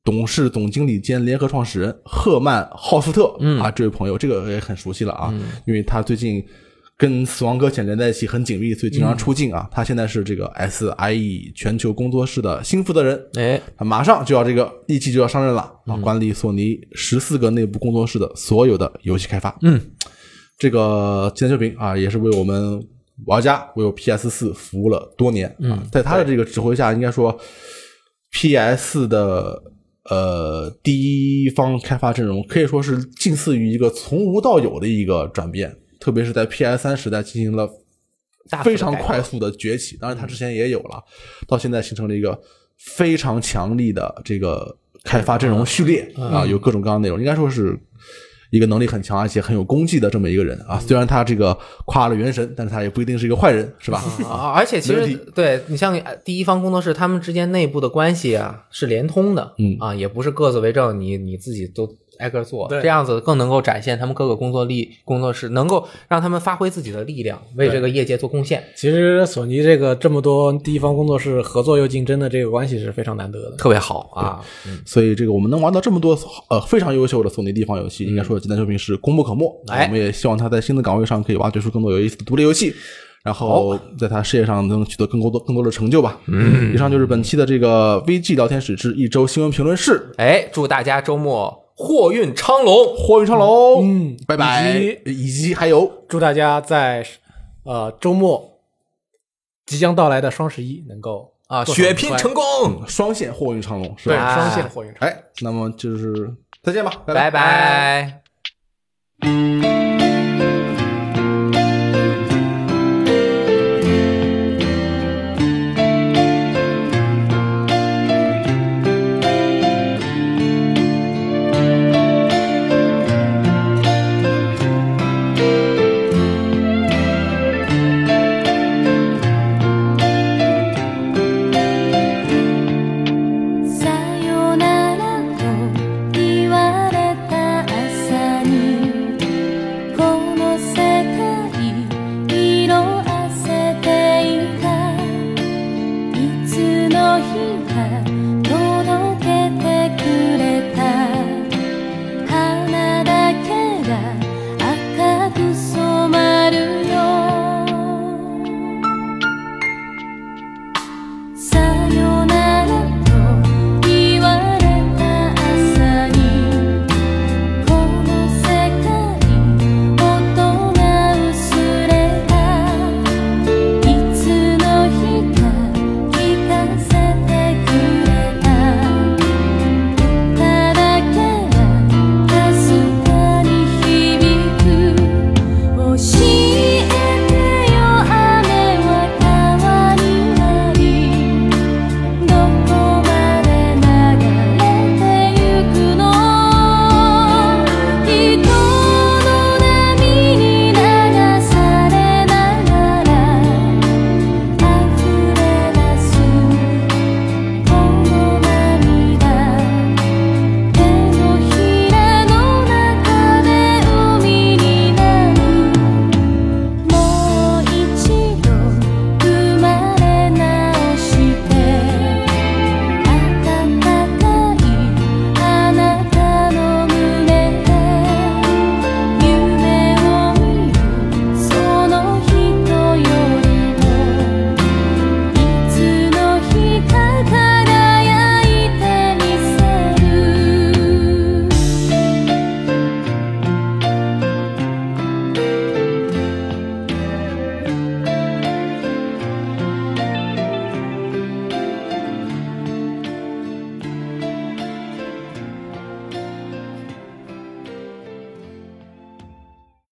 董事总经理兼联合创始人赫曼浩斯特、
嗯
啊，这位朋友这个也很熟悉了啊，因为他最近。跟死亡搁浅连在一起很紧密，所以经
嗯
常出镜啊。他现在是这个 SIE 全球工作室的新负责人，
哎，
他马上就要这个一期就要上任了
嗯
啊，管理索尼十四个内部工作室的所有的游戏开发。
嗯，
这个金秀平啊，也是为我们玩家为我 PS 四服务了多年
嗯
啊，在他的这个指挥下，应该说 PS 的呃第一方开发阵容可以说是近似于一个从无到有的一个转变，特别是在 PS 三时代进行了
大幅地
非常
改革
快速的崛起。当然，它之前也有了，到现在形成了一个非常强力的这个开发阵容序列啊，有各种各样的内容，应该说是一个能力很强而且很有功绩的这么一个人啊。虽然他这个跨了原神，但是他也不一定是一个坏人，是吧？
啊，而且其
没
实
问题
对你像呃第一方工作室，他们之间内部的关系啊是连通的，
嗯
啊，也不是各自为政，你你自己都挨个做，
对
这样子更能够展现他们各个工作力工作室，能够让他们发挥自己的力量，为这个业界做贡献，
其实索尼这个这么多地方工作室合作又竞争的这个关系是非常难得的。
特别好啊，
<laughs> 所以这个我们能玩到这么多呃非常优秀的索尼地方游戏，应该说金蛋秀平是功不可没。
哎
我们也希望他在新的岗位上可以挖掘出更多有意思的独立游戏，然后在他事业上能取得更多更多的成就吧。嗯，以上就是本期的这个 VG 聊天室之一周新闻评论室，
哎，祝大家周末货运昌隆，
货运长龙，
嗯
拜拜，
以
以及还有
祝大家在呃周末即将到来的双十一能够
啊，
做得
血
很
拼
快
成功，
双线货运长龙，是
对
吧？
啊
双线货运。
哎，那么就是再见吧，拜
拜拜